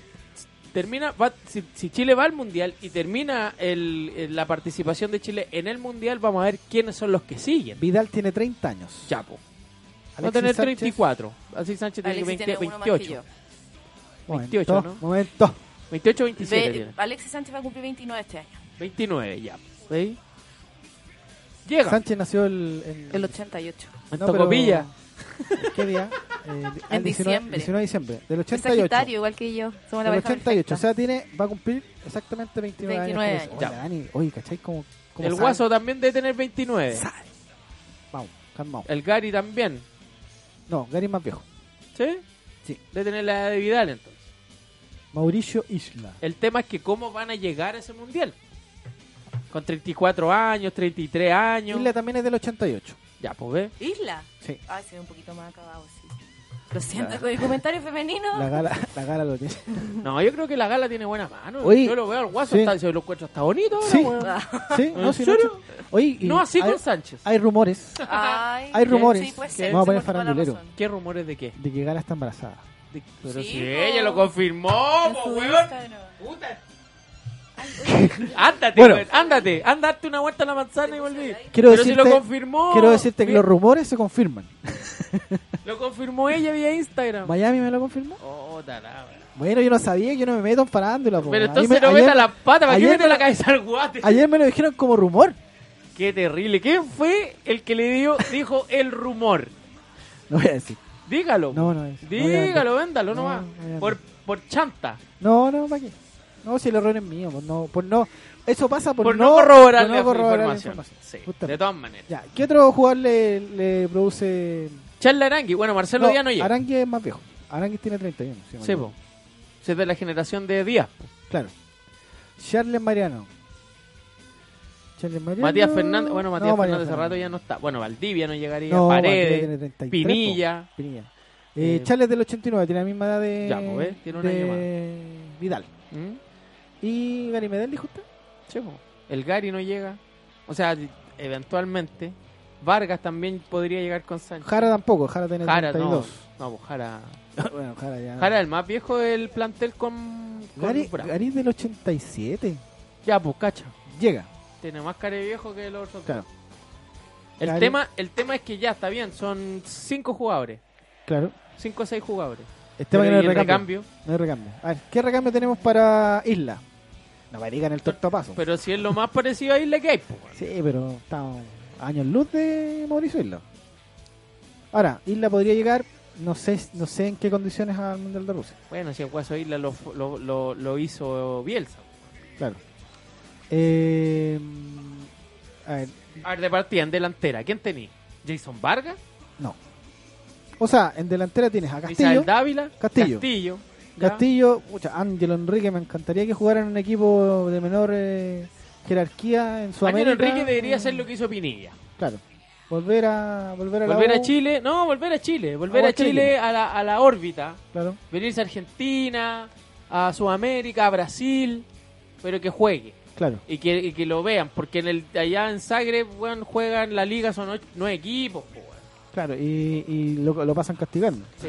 D: termina va- si, si Chile va al mundial y termina el- el- la participación de Chile en el mundial, vamos a ver quiénes son los que siguen.
C: Vidal tiene 30 años.
D: Chapo. Va a
C: Alexis
D: tener
C: Sánchez-
D: 34. Así Sánchez tiene
E: Alexis
D: 20
E: tiene uno más que
D: 28.
E: yo.
C: 28,
D: 28,
C: ¿no?
D: ¿no?
C: Momento.
D: 28 27
E: Ve-
D: tiene.
E: Alexis Sánchez va a cumplir 29 este año.
D: 29 ya. ¿Veis? Llega.
C: Sánchez nació el, en,
E: El 88.
D: en
C: no, pero-
D: Tocopilla.
C: ¿Qué día? Eh, al 19
E: diciembre.
C: 19 de diciembre. Del
E: Es
C: 88.
E: Sagitario, igual que yo. Somos la
C: Del 88.
E: pareja
C: O
E: perfecta.
C: sea, tiene, va a cumplir exactamente 29,
E: 29
C: años.
E: años.
C: Oye, Dani, oye, ¿cachai? Como, como
D: El
C: sabe.
D: Guaso también debe tener 29.
C: Vamos, calmado.
D: El Gary también.
C: No, Gary es más viejo.
D: ¿Sí?
C: Sí.
D: Debe tener la edad de Vidal entonces.
C: Mauricio Isla.
D: El tema es que cómo van a llegar a ese mundial. Con 34 años, 33 años.
C: Isla también es del 88.
D: Ya, pues ve.
E: Isla.
C: Sí.
E: Ay, se ve un poquito más acabado, sí. Lo siento, con el comentario femenino.
C: La gala, la gala lo tiene.
D: No, yo creo que la gala tiene buenas manos.
C: Oye,
D: yo lo veo al guaso,
C: sí.
D: está- se lo encuentro hasta bonito. ahora,
C: Sí.
D: weón.
C: ¿Sí?
D: ¿En
C: No, sí,
D: serio?
C: no, Oye, y
D: No así
C: hay,
D: con Sánchez.
C: hay rumores
E: Ay,
C: Hay rumores.
E: Sí, puede
D: ¿Qué?
E: ser.
C: Vamos a
E: sí,
C: poner
E: por toda la
C: farandulero.
E: razón.
D: ¿Qué rumores de qué?
C: de que Gala está embarazada. de-
D: Pero
E: Sí,
D: si
E: po.
D: ella lo confirmó,
E: En
D: po,
E: su
D: weón.
E: Instagram.
D: Puta. Ándate,
C: Bueno.
D: weón, ándate, andate una vuelta a la manzana y volví.
C: Quiero
D: Pero si
C: decirte-
D: lo confirmó.
C: Quiero decirte que
D: Mi-
C: los rumores se confirman.
D: Lo confirmó ella vía Instagram.
C: Miami me lo confirmó.
D: Oh, tarada, weón.
C: Bueno, yo no sabía, yo no me meto en farándula. po.
D: Pero
C: Oh, A mí
D: entonces
C: me-
D: no
C: ayer-
D: meta la pata, ¿para qué
C: ayer
D: mete
C: me
D: la
C: lo-
D: cabeza al guate?
C: Ayer me lo dijeron como rumor.
D: Qué terrible. ¿Quién fue el que le dio, dijo el rumor?
C: No voy a decir.
D: Dígalo.
C: No, no es- no voy a vender.
D: Dígalo, véndalo
C: No,
D: nomás.
C: no voy a vender.
D: por, por chanta.
C: No, no, ¿para qué? No, si el error es mío, por no, por no. Eso pasa por,
D: Por, no, corroborar
C: por no
D: la
C: corroborar la
D: información. Sí,
C: Justamente.
D: de todas maneras.
C: Ya, ¿qué otro jugador le, le produce?
D: Charla Arangui. Bueno, Marcelo Díaz no llega.
C: Aránguiz es más viejo. Aránguiz tiene 31. si no me
D: Sí,
C: equivoco.
D: po. Si es de la generación de Díaz. po.
C: Claro. Charles Mariano. Charles Mariano.
D: Matías Fernández. Bueno, Matías
C: No, Mariano
D: Fernández hace rato ya no está. Bueno, Valdivia no llegaría.
C: No, Matías tiene
D: Paredes.
C: 33,
D: Pinilla.
C: po. Pinilla. Eh,
D: Eh,
C: Charles del 89, tiene la misma edad de.
D: Ya, pues, ¿ves? Tiene un
C: de
D: año
C: Vidal.
D: ¿Mm?
C: ¿Y Gary Medel, dijo usted?
D: Sí, po. El Gary no llega. O sea, eventualmente. Vargas también podría llegar con Sánchez.
C: Jara tampoco, Jara tiene
D: Jara, no.
C: 32.
D: No, po, Jara.
C: bueno, Jara ya.
D: Jara, el más viejo del plantel con. con
C: Ah. Gary,
D: Bravo.
C: Gary del 87.
D: Ya, pues, cacha.
C: Llega.
D: Tiene más cara de viejo que los otros.
C: Claro.
D: El
C: Gary-
D: tema, el tema es que ya está bien, son cinco jugadores,
C: Claro.
D: cinco o seis jugadores.
C: El tema que
D: Pero
C: no
D: ¿y
C: hay
D: el
C: recambio.
D: recambio?
C: No hay recambio. A ver, ¿qué recambio tenemos para Isla? No me digan el tortapaso.
D: Pero si es lo más parecido a Isla pues, que hay, po, weón.
C: Sí, pero estamos años luz de Mauricio Isla. Ahora, Isla podría llegar, no sé, no sé en qué condiciones al Mundial de Rusia.
D: Bueno, si acaso Isla lo, lo, lo, lo hizo Bielsa.
C: Claro. Eh, a ver,
D: A ver, de partida, en delantera, ¿quién tenía? ¿Jason Vargas?
C: no. O sea, en delantera tienes a Castillo.
D: ¿Misael Dávila?
C: Castillo.
D: Castillo. ya.
C: Castillo, pucha, Ángelo Enrique, me encantaría que jugara en un equipo de menor eh, jerarquía en
D: Ángel
C: Sudamérica.
D: Enrique debería
C: Eh,
D: hacer lo que hizo Pinilla.
C: Claro. Volver a volver a, la
D: Volver a
C: U,
D: Chile, no, volver a Chile, volver
C: Ah,
D: a
C: a Chile.
D: Chile a la, a la órbita.
C: Claro.
D: venirse a Argentina, a Sudamérica, a Brasil, pero que juegue
C: Claro.
D: y que, y que lo vean, porque en el allá en Zagreb weón, juegan la liga, son ocho- nueve equipos. po, weón.
C: Claro, y, y lo, lo pasan castigando.
D: Sí,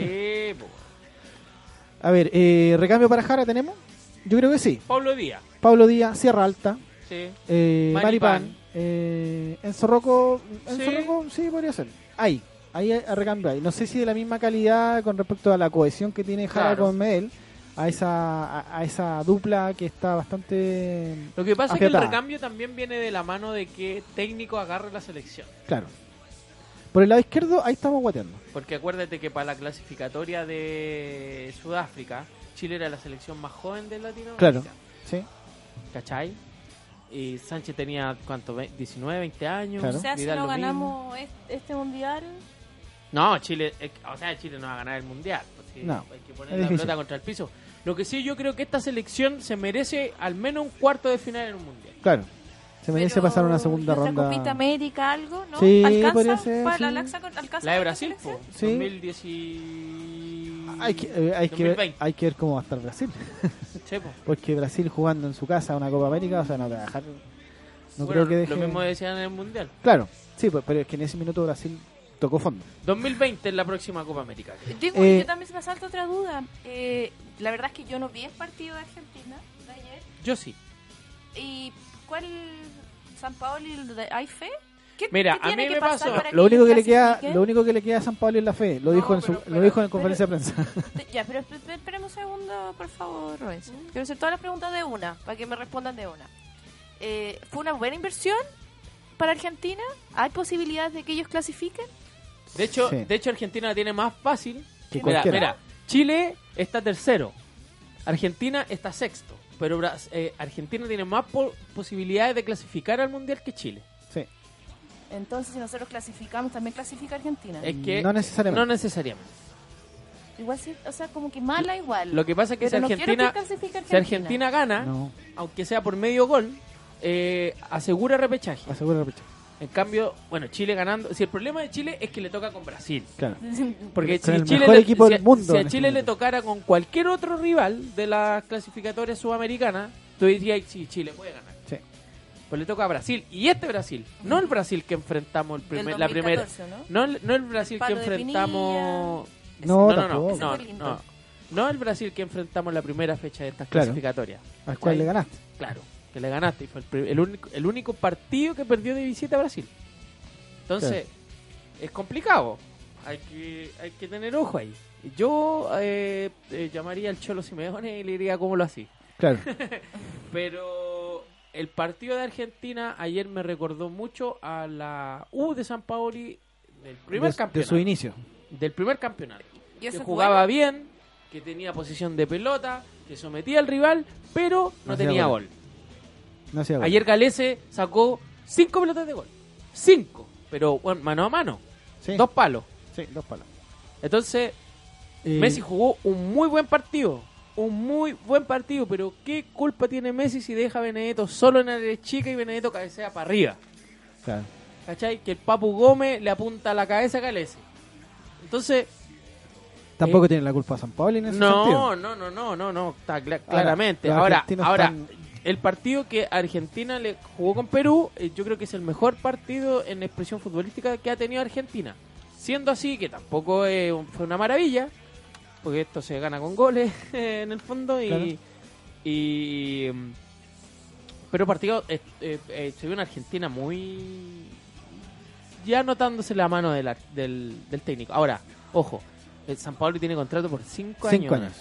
D: po, weón.
C: A ver, eh, recambio para Jara tenemos. Yo creo que sí.
D: Pablo Díaz,
C: Pablo Díaz, Sierra Alta,
D: sí.
C: eh,
D: Maripán.
C: Maripán, eh, Enzo Rocco. Enzo
D: Sí.
C: Rocco, sí, podría ser. Ahí, ahí hay- a recambio ahí. No sé si de la misma calidad con respecto a la cohesión que tiene Jara
D: Claro.
C: con Medel, a esa, a, a esa dupla que está bastante.
D: Lo que pasa es que el
C: Apretada.
D: recambio también viene de la mano de que técnico agarre la selección.
C: Claro. Por el lado izquierdo, ahí estamos guateando.
D: Porque acuérdate que para la clasificatoria de Sudáfrica, Chile era la selección más joven de Latinoamérica.
C: Claro. ¿Sí?
D: ¿Cachai? Y Sánchez tenía, ¿cuánto? Ve- 19, 20 años.
C: Claro.
E: O sea, si
D: Vidal
E: no
D: lo mismo.
E: ganamos est- este mundial,
D: No, Chile, eh, o sea, Chile no va a ganar el mundial. pues, sí,
C: No,
D: hay que
C: es
D: poner la
C: difícil.
D: pelota contra el piso. Lo que sí, yo creo que esta selección se merece al menos un cuarto de final en un mundial.
C: Claro. Se merece
E: Pero,
C: pasar una segunda
E: ¿y otra
C: ronda.
E: Copita América, algo, ¿no?
C: Sí,
E: ¿Alcanza
C: podría ser,
E: para
C: sí.
E: la Laxa- alcanza
D: La de
E: para
D: Brasil, pues,
E: esta
D: po,
E: selección?
C: Sí.
D: 2010
C: Hay que, eh, hay, que ver,
D: 2020.
C: hay que ver cómo va a estar Brasil.
D: Sí, po.
C: Porque Brasil jugando en su casa una Copa América, o sea, no te va a dejar. No
D: Bueno,
C: creo que deje.
D: Lo mismo decían en el mundial.
C: Claro, sí, pues, pero es que en ese minuto Brasil tocó fondo.
D: 2020 es la próxima Copa América.
E: Digo,
C: Eh,
E: yo también se me salta otra duda. Eh, la verdad es que yo no vi el partido de Argentina de ayer.
D: Yo sí.
E: ¿Y cuál? ¿San Paoli? ¿Hay fe? ¿Qué,
D: Mira,
E: qué
D: a
E: tiene
D: mí
E: que
D: me
E: pasar
D: pasó.
E: para
C: Lo único que le
E: ellos
C: queda,
E: clasifiquen?
C: lo único que le queda a San Pablo es la fe. Lo
D: No,
C: dijo en su-
D: pero
C: lo
D: espera,
C: dijo en conferencia de prensa.
E: Ya, pero esp- esp- espérame un segundo, por favor, Rubens.
C: Mm.
E: Quiero hacer todas las preguntas de una, para que me respondan de una. Eh, ¿Fue una buena inversión para Argentina? ¿Hay posibilidades de que ellos clasifiquen?
D: De hecho,
C: Sí.
D: de hecho Argentina la tiene más fácil.
C: Que
D: mira,
C: cualquiera.
D: mira, Chile está tercero, Argentina está sexto, pero Bras- eh, Argentina tiene más po- posibilidades de clasificar al mundial que Chile.
C: Sí,
E: Entonces, si nosotros clasificamos, también clasifica Argentina.
D: Es que
C: No necesariamente.
D: No necesariamente.
E: Igual sí, o sea, como que mala igual.
D: Lo que pasa es que si
E: Pero no quiero
D: Argentina,
E: que clasifique
D: si Argentina gana,
C: no,
D: aunque sea por medio gol, eh, asegura repechaje.
C: asegura el repechaje.
D: En cambio, bueno, Chile ganando. Si el problema de Chile es que le toca con Brasil.
C: Claro,
D: Porque
C: Con
D: si
C: el
D: Chile,
C: mejor
D: le-
C: equipo
D: si
C: del
D: a-
C: mundo
D: si
C: en
D: a
C: este
D: Chile le
C: momento.
D: tocara con cualquier otro rival de las clasificatorias sudamericanas, tú dirías, sí, Chile puede ganar.
C: sí.
D: Pues le toca a Brasil. Y este Brasil, no el Brasil que enfrentamos el primer, la primera.
E: 2014, ¿no?
D: No, el- no el Brasil que
E: Palo de
D: enfrentamos.
C: No,
D: no, no,
C: tampoco.
D: no,
E: Ese
D: no,
E: fue lindo.
D: No el Brasil que enfrentamos la primera fecha de estas
C: Claro.
D: clasificatorias.
C: al cual
D: ¿cachai?
C: le ganaste.
D: Claro, que le ganaste. Y fue el, pri- el único, el único partido que perdió de visita a Brasil. Entonces, es complicado. Hay que, hay que tener ojo ahí. Yo eh, eh, llamaría al Cholo Simeone y le diría cómo lo así.
C: Claro.
D: Pero el partido de Argentina ayer me recordó mucho a la U de San Paoli del primer
C: de, de
D: campeonato.
C: su inicio.
D: del primer campeonato
E: Y eso
D: que
E: es
D: jugaba
E: bueno.
D: bien, que tenía posición de pelota, que sometía al rival, pero no,
C: Hacía
D: tenía
C: gol.
D: gol.
C: No hacía gol.
D: Ayer Galese sacó cinco pelotas de gol. Cinco. Pero bueno, mano a mano.
C: Sí,
D: Dos palos.
C: sí, dos palos.
D: Entonces,
C: Eh,
D: Messi jugó un muy buen partido. Un muy buen partido. Pero ¿qué culpa tiene Messi si deja a Benedetto solo en la área chica y Benedetto cabecea para arriba?
C: claro.
D: ¿Cachai? Que el Papu Gómez le apunta la cabeza a Galese. Entonces,
C: Tampoco tiene la culpa San Paolo en ese
D: Eh, No,
C: sentido.
D: no, no, no, no, no, está cla- claramente.
C: los
D: Ahora,
C: argentinos
D: ahora,
C: están-
D: el partido que Argentina le jugó con Perú, eh, yo creo que es el mejor partido en expresión futbolística que ha tenido Argentina. Siendo así, que tampoco eh, un- fue una maravilla, porque esto se gana con goles en el fondo y...
C: Claro.
D: y, mm, pero partido, eh, eh, eh, se vio una Argentina muy... Ya notándose la mano del, ar- del, del técnico. Ahora, ojo, el San Pablo tiene contrato por 5 años.
C: Cinco años.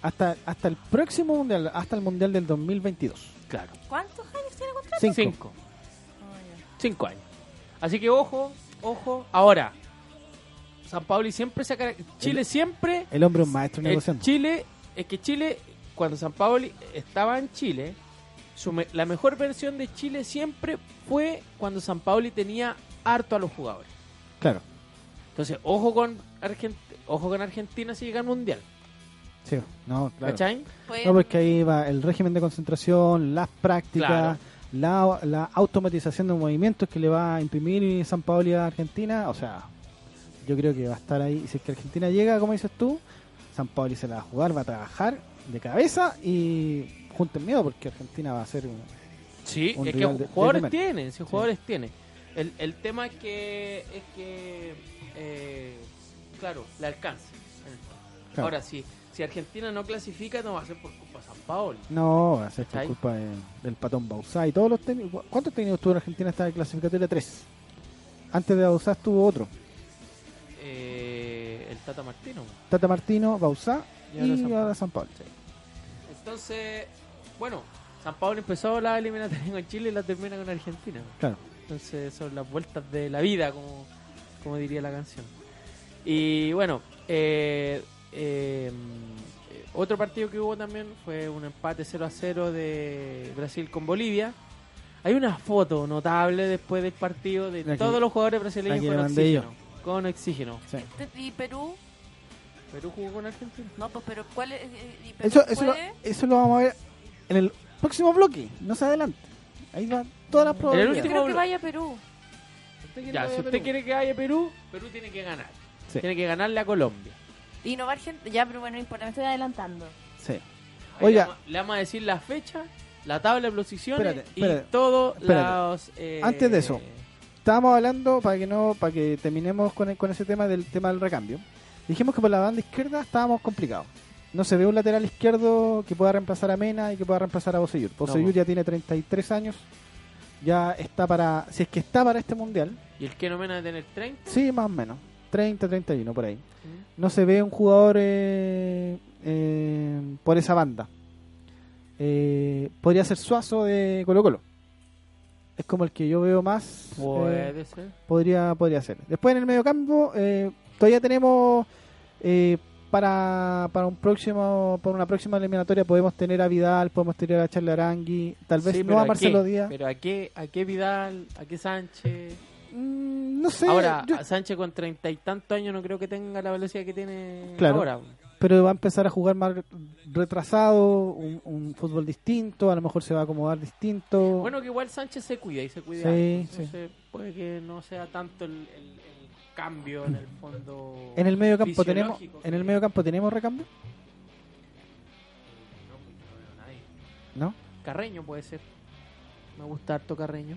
C: Hasta, hasta el próximo mundial, hasta el mundial del 2022.
D: Claro.
E: ¿Cuántos años tiene contrato?
C: Cinco.
D: Cinco.
E: Ah, ya.
D: Cinco años. Así que ojo, ojo. Ahora, San Pablo siempre se ha cara- Chile siempre.
C: El hombre es un maestro
D: eh,
C: negociando.
D: Chile, es que Chile, cuando San Pablo estaba en Chile, su me- la mejor versión de Chile siempre fue cuando San Pablo tenía harto a los jugadores.
C: Claro.
D: Entonces, ojo con, Argent- ojo con Argentina si llega al mundial.
C: Sí, no, claro.
D: ¿Cachai?
E: Pues,
C: No, porque ahí va el régimen de concentración, las prácticas,
D: Claro.
C: la, la automatización de movimientos que le va a imprimir San Paoli a Argentina. O sea, yo creo que va a estar ahí. Si es que Argentina llega, como dices tú, San Paoli se la va a jugar, va a trabajar de cabeza y junten miedo porque Argentina va a ser... un-
D: Sí,
C: un
D: es que
C: rival de- de
D: jugadores
C: primer.
D: tienen, sí, jugadores tienen. El, el tema es que, es que eh, claro, le alcanza.
C: Claro.
D: Ahora, sí, si Argentina no clasifica, no va a ser por culpa de San Paolo.
C: No, va a ser por
D: ¿Cachai?
C: culpa de- del patón Bausá y todos los técnicos. ¿Cuántos técnicos tuvo en Argentina hasta la clasificatoria 3? Antes de Bausá estuvo otro.
D: Eh, el Tata Martino.
C: Tata Martino, Bausá
D: Y ahora San
C: y
D: Paoli.
C: ahora San Paoli.
D: Entonces, bueno, San Paolo empezó la eliminatoria con Chile y la termina con Argentina.
C: Claro.
D: Entonces son las vueltas de la vida, como, como diría la canción. Y bueno, eh, eh, eh, otro partido que hubo también fue un empate 0 a 0 de Brasil con Bolivia. Hay una foto notable después del partido de
C: La que-
D: todos los jugadores
C: la
D: brasileños
C: que
D: con
C: le mandé yo.
D: oxígeno. Con oxígeno.
E: este- ¿Y Perú?
D: Perú jugó con Argentina.
E: No, pues, pero ¿cuál es? ¿Y Perú
C: Eso, eso, lo,
E: puede?
C: eso lo vamos a ver en el próximo bloque, no se adelante. Ahí van todas las
E: Yo
D: último
C: probabilidades.
E: creo que
D: blo-
E: vaya a Perú.
D: Ya, si usted quiere que vaya Perú, Perú tiene que ganar.
C: Sí.
D: Tiene que ganarle a Colombia.
E: Y no va Argentina. Ya, pero bueno, no importa, me estoy adelantando.
C: Sí.
D: Ahí
C: Oiga.
D: le vamos- le vamos a decir la fecha, la tabla de posiciones
C: Espérate, espérate,
D: y todos
C: espérate.
D: los... eh,
C: Antes de eso. Estábamos hablando para que no para que terminemos con, el- con ese tema del tema del recambio. Dijimos que por la banda izquierda estábamos complicados. No se ve un lateral izquierdo que pueda reemplazar a Mena y que pueda reemplazar a Boseyur. Boseyur
D: no.
C: ya tiene 33 años. Ya está para si es que está para este mundial,
D: Y el que no menos de tener 30.
C: Sí, más o menos. 30, 31 por ahí. No se ve un jugador eh, eh, por esa banda. Eh, podría ser Suazo de Colo Colo. Es como el que yo veo más. eh,
D: Puede ser.
C: podría, podría ser. Después en el medio campo eh, todavía tenemos eh, para, para un próximo para una próxima eliminatoria podemos tener a Vidal, podemos tener a Charle Arangui, tal vez
D: Sí,
C: no
D: pero
C: a Marcelo
D: qué?
C: Díaz.
D: Pero a qué, a qué Vidal, a qué Sánchez.
C: Mm, no sé.
D: ahora,
C: yo-
D: a Sánchez con treinta y tantos años no creo que tenga la velocidad que tiene
C: Claro.
D: ahora.
C: pero va a empezar a jugar más retrasado, un, un fútbol distinto, a lo mejor se va a acomodar distinto.
D: Bueno, que igual Sánchez se cuida y se cuida.
C: Sí,
D: Entonces, Puede que no sea tanto el, el- el cambio en el fondo.
C: en el medio campo tenemos
D: fisiológico
C: en el
D: que-
C: medio campo tenemos recambio,
D: No, no veo a nadie.
C: ¿no?
D: Carreño puede ser. Me gusta harto Carreño.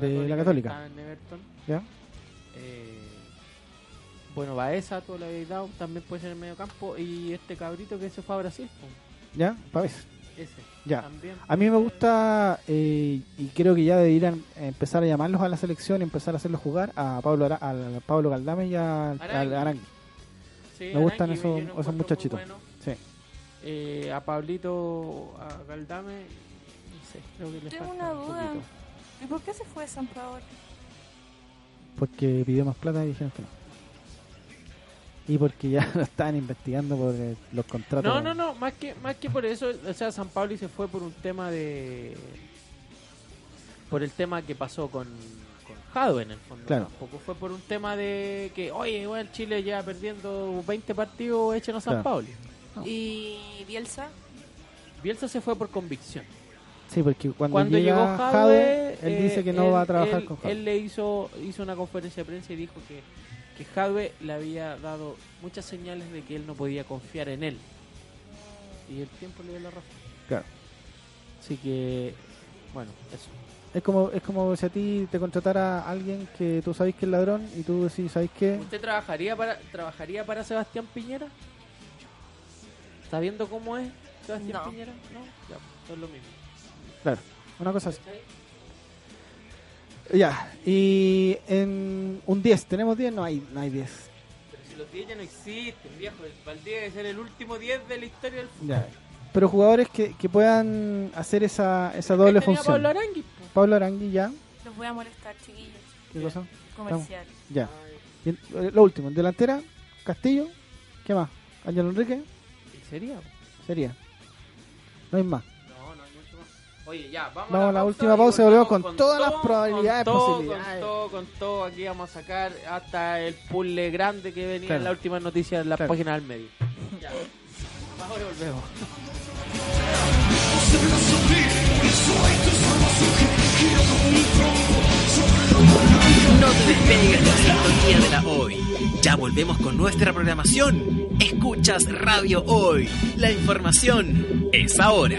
C: De la
D: que
C: Católica.
D: estaba en Everton.
C: ¿Ya?
D: Eh, Bueno, Baeza, tú le habías dado, también puede ser en medio campo. Y este cabrito que se fue a Brasil, po,
C: ¿Ya? Pavés.
D: ese.
C: Ya.
D: También
C: A mí me
D: puede-
C: gusta, eh, y creo que ya deberían empezar a llamarlos a la selección y empezar a hacerlos jugar a Pablo, Ara- al Pablo Galdame y a, al
D: Arangui.
C: Arangui.
D: Sí,
C: me gustan
D: Arangui, yo
C: esos-
D: lo
C: esos
D: encuentro muy
C: muchachitos.
D: bueno.
C: Sí.
D: Eh, a Pablito, a Galdame, no sé, creo que les
E: Tengo
D: falta
E: una
D: un
E: duda.
D: poquito.
E: ¿Y por qué se fue San Paolo?
C: Porque pidió más plata y dijeron que no. Y porque ya lo estaban investigando por eh, los contratos.
D: No, no, no, más que, más que por eso, o sea, San Pablo se fue por un tema de. Por el tema que pasó con, con Jadwe en el fondo.
C: Claro.
D: Tampoco fue por un tema de que, oye, igual Chile ya perdiendo 20 partidos, échenos a San
C: Claro.
D: Pablo.
E: ¿Y Bielsa?
D: Bielsa se fue por convicción.
C: Sí, porque cuando,
D: Cuando
C: llega
D: llegó Jadwe,
C: Jadwe, él
D: eh,
C: dice que no
D: él-
C: va a trabajar
D: él-
C: con Jadwe.
D: Él le hizo, hizo una conferencia de prensa y dijo que, que Jadwe le había dado muchas señales de que él no podía confiar en él. Y el tiempo le dio la razón.
C: Claro.
D: Así que, bueno, eso.
C: Es como, es como si a ti te contratara alguien que tú sabes que es ladrón y tú decís, ¿sabes qué?
D: ¿Usted trabajaría para trabajaría para Sebastián Piñera? ¿Está viendo cómo es Sebastián
E: No.
D: Piñera? No, ya, pues, es lo mismo.
C: Claro, una cosa así. Ya, y en un 10, ¿tenemos 10? No hay, no hay 10.
D: Pero si los 10 ya no existen, viejo, el Valdés debe ser el último 10 de la historia del fútbol.
C: Ya. Pero jugadores que, que puedan hacer esa, esa doble función.
D: Este Pablo Arangui, po.
C: Pablo Arangui, ya.
E: Los voy a molestar, chiquillos.
C: ¿Qué
D: Ya.
C: cosa?
E: Comercial.
C: Ya. Y el- eh, lo último, en delantera, Castillo. ¿Qué más? Ángel Enrique,
D: ¿En serio?
C: sería. No hay más.
D: No, no hay mucho más. Oye, ya, vamos,
C: Vamos a la última
D: y
C: pausa y volvemos con todas las
D: todo,
C: probabilidades
D: con todo,
C: posibilidades.
D: Con todo, con todo, aquí vamos a sacar hasta el puzzle grande que venía
C: Claro.
D: en la última noticia en la
C: Claro.
D: página del medio. Ya. Ahora volvemos.
F: No te despegues de la sintonía de la hoy. Ya volvemos con nuestra programación. Escuchas Radio Hoy. La información es ahora.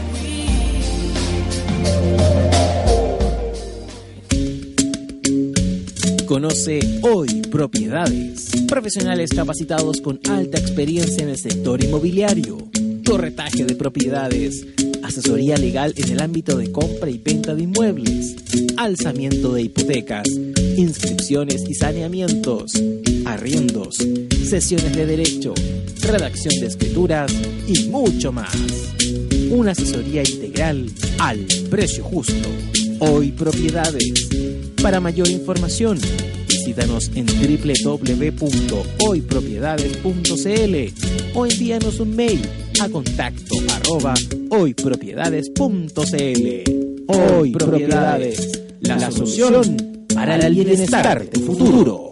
A: Conoce hoy propiedades. Profesionales capacitados con alta experiencia en el sector inmobiliario. Corretaje de propiedades. Asesoría legal en el ámbito de compra y venta de inmuebles. Alzamiento de hipotecas. Inscripciones y saneamientos. Arriendos. Sesiones de derecho. Redacción de escrituras. Y mucho más. Una asesoría integral al precio justo. Hoy propiedades. Para mayor información, visítanos en www.hoypropiedades.cl o envíanos un mail a contacto arroba hoypropiedades.cl. Hoy Propiedades, la solución para el bienestar de futuro.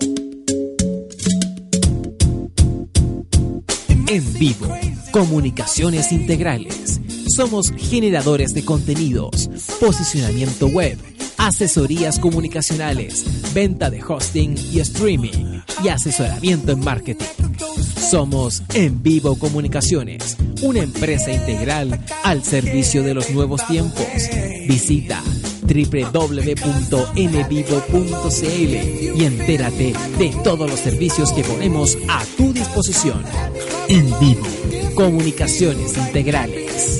A: En vivo, comunicaciones integrales. Somos generadores de contenidos, posicionamiento web, asesorías comunicacionales, venta de hosting y streaming y asesoramiento en marketing. Somos En Vivo Comunicaciones, una empresa integral al servicio de los nuevos tiempos. Visita www.envivo.cl y entérate de todos los servicios que ponemos a tu disposición. En Vivo, Comunicaciones Integrales.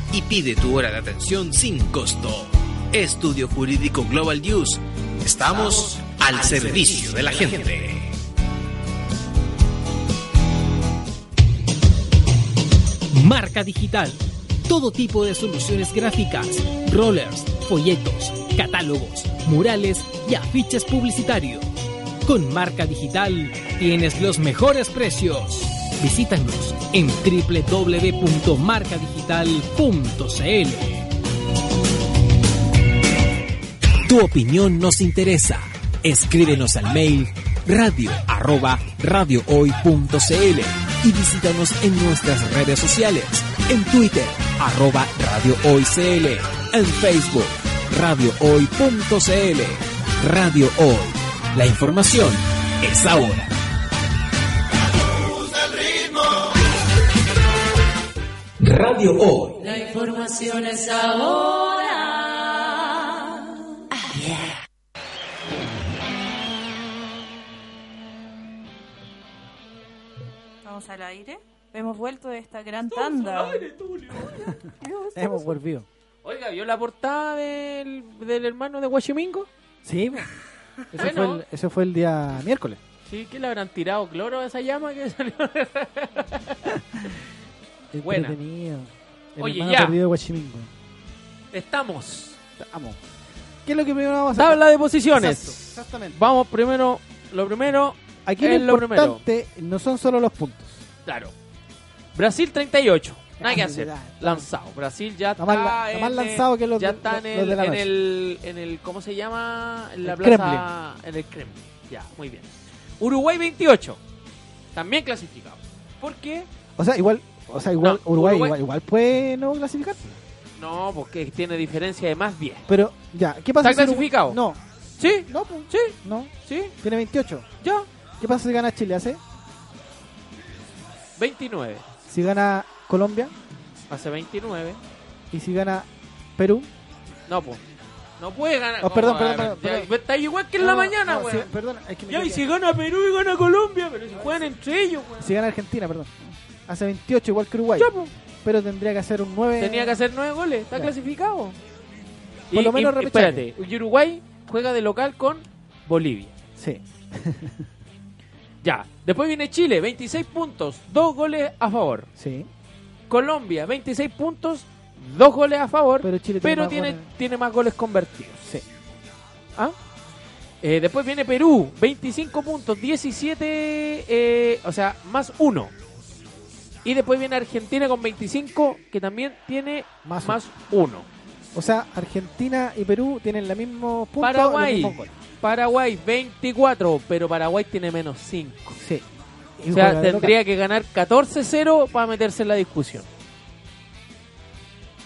F: y pide tu hora de atención sin costo. Estudio Jurídico Global News. Estamos al servicio de la gente.
A: Marca digital. Todo tipo de soluciones gráficas, rollers, folletos, catálogos, murales y afiches publicitarios. Con Marca Digital tienes los mejores precios. Visítanos en www.marcadigital.cl. Tu opinión nos interesa. Escríbenos al mail radio arroba radiohoy.cl y visítanos en nuestras redes sociales, en Twitter arroba radiohoycl, en Facebook radiohoy.cl. Radio Hoy. La información es ahora. Radio Hoy.
G: La información es ahora.
E: Vamos al aire. Hemos vuelto de esta gran tanda.
C: Hemos volvido.
D: Oiga, ¿vio la portada del, del hermano de Guachimingo?
C: Sí, po. eso,
D: Bueno.
C: fue el, eso fue el día miércoles.
D: Sí, que le habrán tirado cloro a esa llama que salió. Buena.
C: Entretenido. El
D: Oye,
C: hermano
D: ya.
C: perdido de Huachimingo.
D: Estamos.
C: Amo. ¿Qué es lo que primero vamos a hacer?
D: Tabla de posiciones.
C: Exactamente.
D: Vamos primero, lo primero,
C: Aquí
D: Es
C: lo
D: lo primero.
C: importante no son solo los puntos.
D: claro. Brasil 38. Nada que
C: Ah,
D: hacer.
C: verdad.
D: Lanzado. Brasil ya
C: Está
D: está.
C: más la- está
D: en
C: más
D: el-
C: lanzado que los
D: Ya
C: de-
D: está en
C: los
D: el,
C: de la
D: en
C: noche.
D: el. en el- ¿Cómo se llama? En la
C: El
D: plaza. En el Kremlin. Ya, muy bien. Uruguay 28. También clasificado. ¿Por qué?
C: O sea, igual, o sea, igual
D: No,
C: Uruguay,
D: Uruguay.
C: Igual, igual puede no clasificar.
D: No, porque tiene diferencia de más 10.
C: Pero ya, ¿qué pasa?
D: ¿Está
C: si Uruguay-
D: clasificado?
C: No,
D: ¿Sí?
C: no, pues,
D: ¿Sí?
C: no.
D: ¿Sí?
C: Tiene 28.
D: ¿Ya?
C: ¿Qué pasa si gana Chile? ¿Hace?
D: 29.
C: Si gana Colombia
D: Hace 29.
C: y si gana Perú.
D: No, pues. No puede ganar.
C: Oh, perdón,
D: No,
C: perdón,
D: a
C: perdón,
D: ya,
C: perdón.
D: Está igual que en la
C: No,
D: mañana,
C: no, si-
D: weón.
C: Perdona, es que me
D: ya, y
C: equivoqué.
D: si gana Perú y gana Colombia, pero si juegan entre ellos, weón.
C: Si gana Argentina, perdón. Hace 28 igual que Uruguay.
D: Ya, po.
C: Pero tendría que hacer un 9.
D: pues. Tenía que hacer nueve goles, está
C: Ya.
D: clasificado.
C: Por
D: Y-
C: lo menos
D: y-
C: repechaje.
D: Espérate, y Uruguay juega de local con Bolivia.
C: Sí.
D: Ya. Después viene Chile, 26 puntos, dos goles a favor.
C: Sí.
D: Colombia, 26 puntos, dos goles a favor, pero,
C: Pero Chile más
D: tiene,
C: goles.
D: tiene más goles convertidos.
C: Sí.
D: ¿Ah? Eh, después viene Perú, 25 puntos, 17, eh, o sea, más uno. Y después viene Argentina con 25, que también tiene
C: Más
D: más, uno.
C: O sea, Argentina y Perú tienen la mismo punto,
D: Paraguay.
C: los mismos goles.
D: Paraguay, 24, pero Paraguay tiene menos 5.
C: Sí. Y
D: O
C: juega
D: sea,
C: de
D: tendría
C: local.
D: que ganar 14-0 para meterse en la discusión.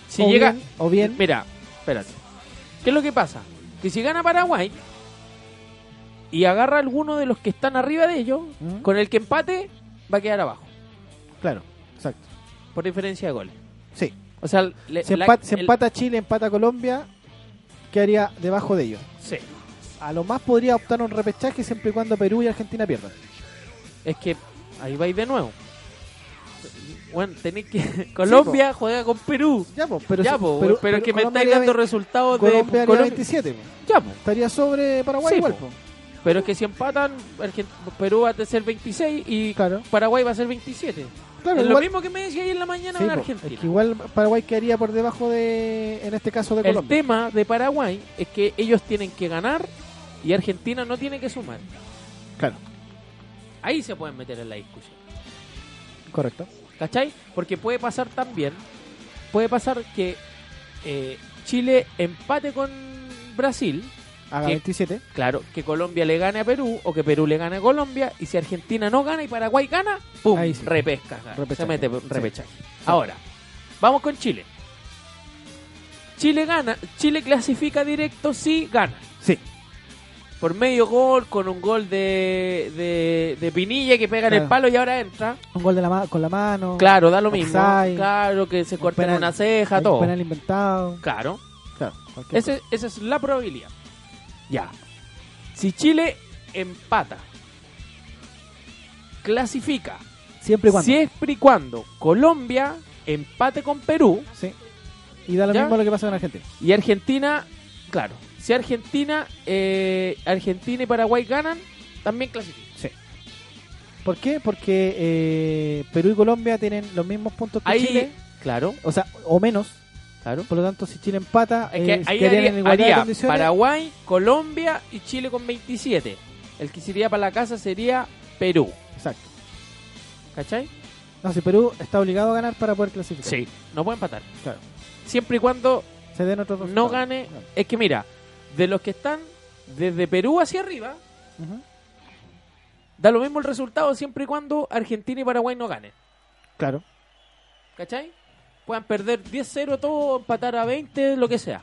D: Si
C: O
D: llega,
C: bien- o bien-
D: Mira, espérate. ¿Qué es lo que pasa? Que si gana Paraguay y agarra alguno de los que están arriba de ellos,
C: ¿Mm?
D: con el que empate va a quedar abajo,
C: Claro, exacto.
D: por diferencia de goles.
C: Sí.
D: O sea, le-
C: Se,
D: Eh, la-
C: empa- se
D: el-
C: empata Chile, empata Colombia, quedaría debajo de ellos.
D: sí.
C: A lo más podría optar un repechaje siempre y cuando Perú y Argentina pierdan.
D: Es que ahí vais de nuevo. Bueno, tenéis que Colombia juega con Perú.
C: Ya, pues, pero,
D: ya,
C: si-
D: po, pero,
C: pero-
D: es
C: pero
D: que me
C: Colombia
D: estáis
C: haría
D: dando
C: ve-
D: resultados de
C: Colombia haría
D: Colombia.
C: 27, po.
D: Ya, po.
C: estaría sobre Paraguay
D: Sí,
C: igual.
D: po.
C: po.
D: Pero es que si empatan, Argen- Perú va a ser 26 y
C: Claro.
D: Paraguay va a ser 27.
C: Claro,
D: es lo
C: igual-
D: mismo que me decía ahí en la mañana
C: Sí,
D: en
C: po.
D: Argentina.
C: Es que igual Paraguay quedaría por debajo de, en este caso, de
D: El
C: Colombia.
D: tema de Paraguay es que ellos tienen que ganar y Argentina no tiene que sumar.
C: Claro,
D: Ahí se pueden meter en la discusión.
C: correcto.
D: ¿Cachai? Porque puede pasar también, puede pasar que eh, Chile empate con Brasil,
C: Haga
D: Sí.
C: 27.
D: claro, que Colombia le gane a Perú o que Perú le gane a Colombia, y si Argentina no gana y Paraguay gana, ¡pum!
C: Ahí sí.
D: Repesca,
C: Repechaje.
D: se mete
C: Sí.
D: repechaje. Ahora, vamos con Chile. Chile gana, Chile clasifica directo si gana.
C: Sí.
D: Por medio gol, con un gol de, de, de Pinilla que pega en el
C: Claro.
D: palo y ahora entra.
C: Un gol de la ma- con la mano.
D: Claro, da lo mismo.
C: Offside.
D: claro, que se
C: Un
D: corta
C: penal.
D: una ceja,
C: Hay
D: todo.
C: penal inventado.
D: Claro.
C: Claro. cualquier
D: Ese- esa es la probabilidad. Ya. Si Chile empata, clasifica.
C: cosa. Siempre y cuando.
D: Siempre y cuando Colombia empate con Perú
C: Sí. Y da lo
D: ¿Ya?
C: mismo lo que pasa con Argentina.
D: y Argentina, claro, si Argentina, eh, Argentina y Paraguay ganan, también clasifican.
C: ¿Por qué? Porque eh, Perú y Colombia tienen los mismos puntos que
D: Ahí,
C: Chile.
D: claro,
C: O sea, o menos.
D: claro.
C: Por lo tanto, si Chile empata,
D: Es que
C: eh,
D: ahí
C: quedarían
D: haría,
C: en igualdad de
D: haría
C: condiciones.
D: Paraguay, Colombia y Chile con 27. El que se iría para la casa sería Perú,
C: Exacto.
D: ¿cachai?
C: No, si Perú está obligado a ganar para poder clasificar.
D: Sí, no puede empatar.
C: Claro.
D: Siempre y cuando
C: Se den otros
D: no
C: resultados.
D: gane.
C: Claro.
D: Es que mira, de los que están desde Perú hacia arriba,
C: Ujú.
D: da lo mismo el resultado siempre y cuando Argentina y Paraguay no ganen.
C: Claro.
D: ¿Cachai? Puedan perder 10-0 todo, empatar a 20, lo que sea.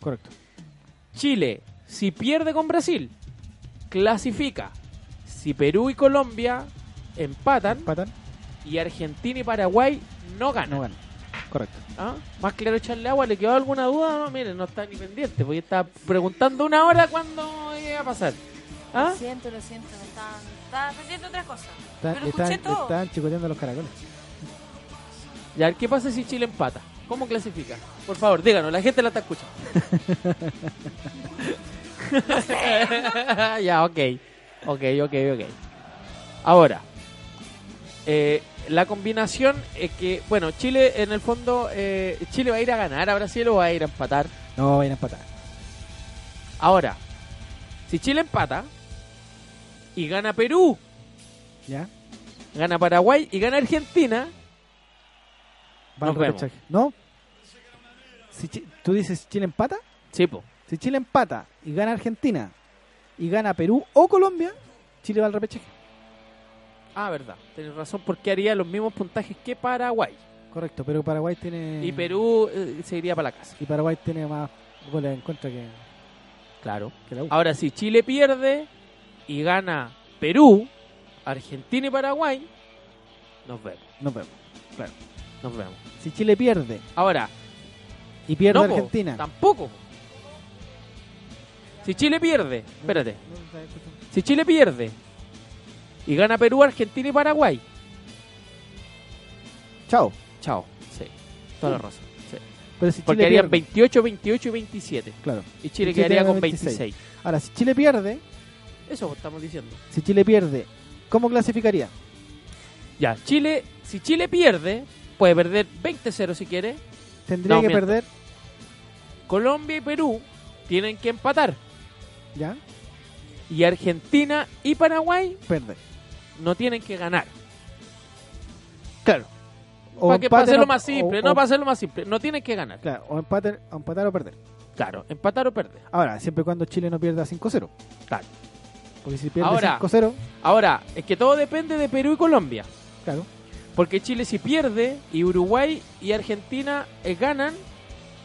C: Correcto.
D: Chile, si pierde con Brasil, clasifica. Si Perú y Colombia empatan
C: Empatan,
D: y Argentina y Paraguay no ganan.
C: no gana. Correcto.
D: ¿Ah? Más claro echarle agua, ¿le quedó alguna duda? No, miren, no está ni pendiente, porque está preguntando una hora cuándo iba a pasar. ¿Ah?
E: Lo siento, lo siento, me estaban, estaba perdiendo otra cosa.
C: Están,
E: Pero
C: están,
E: escuché todo.
C: están chicoteando los caracoles.
D: Ya, ¿qué pasa si Chile empata? ¿Cómo clasifica? Por favor, díganos, la gente la está escuchando. ya, ok. Ok, ok, ok. Ahora, eh, la combinación es que, bueno, Chile en el fondo, eh, Chile va a ir a ganar a Brasil o va a ir a empatar.
C: No, van a empatar.
D: Ahora, si Chile empata y gana Perú,
C: ¿Ya?
D: gana Paraguay y gana Argentina,
C: Van
D: Nos
C: al repechaje. ¿No? Si Chi- ¿Tú dices Chile empata?
D: sí, po.
C: Si Chile empata y gana Argentina y gana Perú o Colombia, Chile va al repechaje.
D: Ah, verdad. Tienes razón porque haría los mismos puntajes que Paraguay.
C: Correcto, pero Paraguay tiene.
D: Y Perú eh, se iría para la casa.
C: Y Paraguay tiene más goles en contra que,
D: Claro.
C: que la U.
D: Ahora, si Chile pierde y gana Perú, Argentina y Paraguay, nos vemos.
C: Nos vemos.
D: Nos vemos.
C: Si Chile pierde
D: Ahora,
C: y pierde
D: no, po,
C: Argentina.
D: tampoco. po. Si Chile pierde, espérate. Si Chile pierde y gana Perú, Argentina y Paraguay,
C: Chao.
D: chao. Sí, toda la razón. Sí.
C: Pero si
D: Porque
C: Chile
D: harían
C: pierde.
D: 28, 28 y 27.
C: Claro.
D: Y Chile
C: Y Chile
D: quedaría
C: gana
D: con 26.
C: 26. Ahora, si Chile pierde,
D: Eso estamos diciendo.
C: si Chile pierde, ¿cómo clasificaría?
D: Ya, Chile, si Chile pierde, puede perder 20-0 si quiere.
C: Tendría
D: No,
C: que
D: miento.
C: perder.
D: Colombia y Perú tienen que empatar.
C: ¿Ya?
D: Y Argentina y Paraguay
C: Pierde.
D: no tienen que ganar.
C: Claro. O
D: Para que
C: empate
D: pase
C: no-
D: lo más simple,
C: o-
D: no
C: o-
D: para hacerlo más simple. No tienen que ganar.
C: Claro, o empate, o empatar o perder.
D: Claro, empatar o perder.
C: Ahora, siempre y cuando Chile no pierda 5-0.
D: Claro.
C: Porque si pierde
D: Ahora.
C: 5-0,
D: Ahora, es que todo depende de Perú y Colombia.
C: claro.
D: Porque Chile si pierde y Uruguay y Argentina eh, ganan,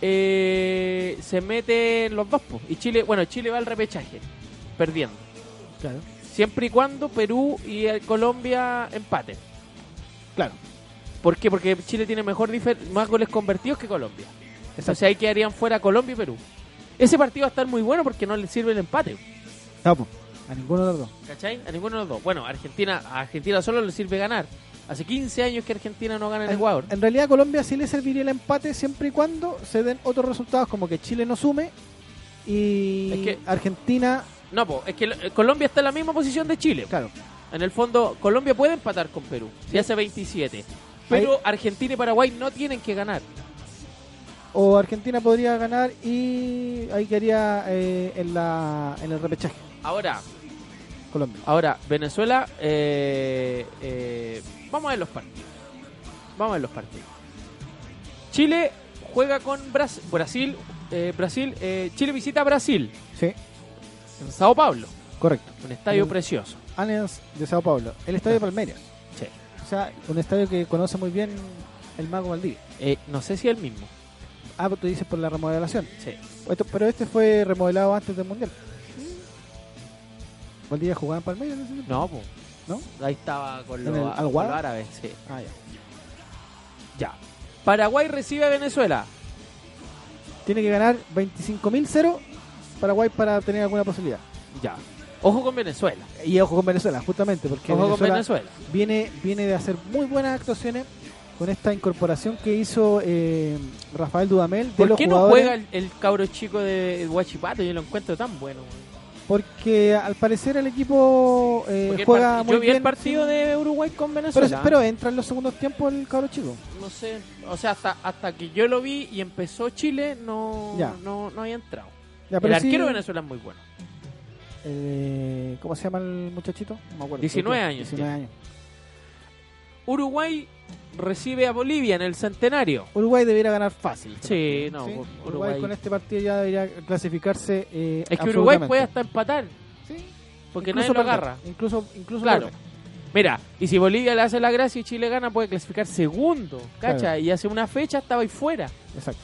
D: eh, se meten los dos. po. Y Chile, bueno, Chile va al repechaje, perdiendo.
C: Claro.
D: Siempre y cuando Perú y eh, Colombia empaten.
C: Claro.
D: ¿Por qué? Porque Chile tiene mejor difer- más goles convertidos que Colombia.
C: Exacto.
D: O sea, ahí quedarían fuera Colombia y Perú. Ese partido va a estar muy bueno porque no le sirve el empate.
C: No, po, a ninguno de los dos.
D: ¿Cachai? A ninguno de los dos. Bueno, Argentina, a Argentina solo le sirve ganar. Hace 15 años que Argentina no gana en Ecuador.
C: En realidad a Colombia sí le serviría el empate siempre y cuando se den otros resultados como que Chile no sume y
D: Es que-
C: Argentina,
D: No, po, es que eh, Colombia está en la misma posición de Chile.
C: claro,
D: En el fondo, Colombia puede empatar con Perú. Si hace 27. Pero Argentina y Paraguay no tienen que ganar.
C: o Argentina podría ganar y ahí quedaría eh, en, la, en el repechaje
D: Ahora,
C: Colombia.
D: Ahora, Venezuela, eh, eh, vamos a ver los partidos. Vamos a ver los partidos. Chile juega con Bras- Brasil. eh, Brasil eh, Chile visita a Brasil
C: Sí,
D: en Sao Paulo,
C: correcto.
D: un estadio
C: Mm.
D: precioso.
C: Anens de Sao Paulo, el estadio de Palmeiras.
D: Sí.
C: O sea, un estadio que conoce muy bien el mago Valdivia.
D: Eh, no sé si es el mismo.
C: Ah, tú dices por la remodelación.
D: Sí.
C: Esto- pero este fue remodelado antes del mundial. ¿Valdivia jugaba en Palmeiras? en ese tiempo?
D: Mm. No, pues.
C: ¿No?
D: Ahí estaba con
C: ¿En
D: los,
C: el
D: con
C: Al
D: los
C: Wahda?
D: árabes, sí.
C: Ah, ya.
D: Ya. Paraguay recibe a Venezuela.
C: Tiene que ganar 25.000 Paraguay para tener alguna posibilidad.
D: Ya. Ojo con Venezuela.
C: Y ojo con Venezuela, justamente, porque
D: Ojo con
C: Venezuela
D: Venezuela.
C: viene, viene de hacer muy buenas actuaciones con esta incorporación que hizo eh, Rafael Dudamel de
D: ¿Por
C: los
D: qué no
C: jugadores.
D: juega el, el cabro chico de Huachipato? Yo lo encuentro tan bueno.
C: Eh,
D: güey.
C: Porque al parecer el equipo eh,
D: Porque el
C: juega
D: part-
C: muy
D: yo vi
C: bien.
D: el partido de Uruguay con
C: pero,
D: Venezuela.
C: pero entra en los segundos tiempos el cabro chico.
D: No sé. O sea, hasta, hasta que yo lo vi y empezó Chile, no,
C: Ya.
D: no, no había entrado.
C: Ya,
D: El
C: pero sí,
D: arquero de Venezuela es muy bueno.
C: eh, ¿Cómo se llama el muchachito? No me acuerdo.
D: 19 años
C: 19 años.
D: Uruguay recibe a Bolivia en el centenario.
C: Uruguay debiera ganar fácil. este
D: Sí,
C: partido,
D: no,
C: ¿sí?
D: Uruguay-
C: Uruguay, con este partido ya debería clasificarse. eh,
D: Es que Uruguay
C: absolutamente.
D: puede hasta empatar,
C: Sí,
D: porque
C: incluso
D: nadie lo
C: perder,
D: agarra.
C: Incluso, incluso
D: Claro.
C: perder.
D: Mira, y si Bolivia le hace la gracia y Chile gana, puede clasificar segundo, ¿cacha?
C: Claro.
D: Y hace una fecha estaba ahí fuera.
C: Exacto.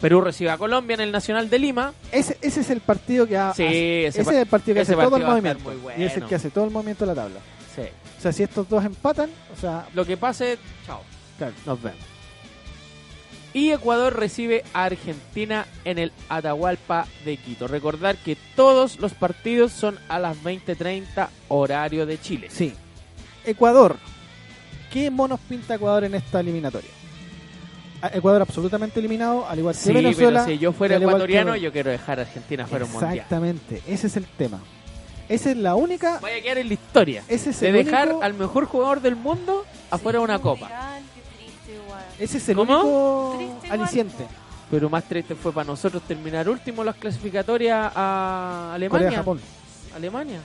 D: Perú recibe a Colombia en el Nacional de Lima.
C: Ese, ese es el partido que ha-
D: Sí,
C: hace-
D: ese
C: ese,
D: par-
C: es el partido que
D: ese
C: hace todo el
D: partido va a estar
C: movimiento.
D: muy
C: Y es el
D: bueno.
C: que hace todo el movimiento de la tabla.
D: Sí.
C: O sea, si estos dos empatan, o sea,
D: Lo que pase, chao,
C: claro,
D: nos vemos. Y Ecuador recibe a Argentina en el Atahualpa de Quito. Recordar que todos los partidos son a las 20:30 horario de Chile.
C: sí. Ecuador. ¿Qué monos pinta Ecuador en esta eliminatoria? A- Ecuador absolutamente eliminado, al igual que
D: Sí,
C: Venezuela.
D: pero si yo fuera
C: al igual que-
D: ecuatoriano, yo quiero dejar a Argentina fuera un mundial.
C: Exactamente, ese es el tema. Esa es la única.
D: Vaya a quedar en la historia.
C: Ese es
D: de
C: el
D: dejar
C: único-
D: al mejor jugador del mundo afuera de una copa.
E: Qué triste, igual.
C: Ese es el
D: ¿Cómo?
C: único
E: Triste igual,
C: aliciente.
D: Pero más triste fue para nosotros terminar último las clasificatorias a Alemania.
C: Corea-Japón.
D: Alemania.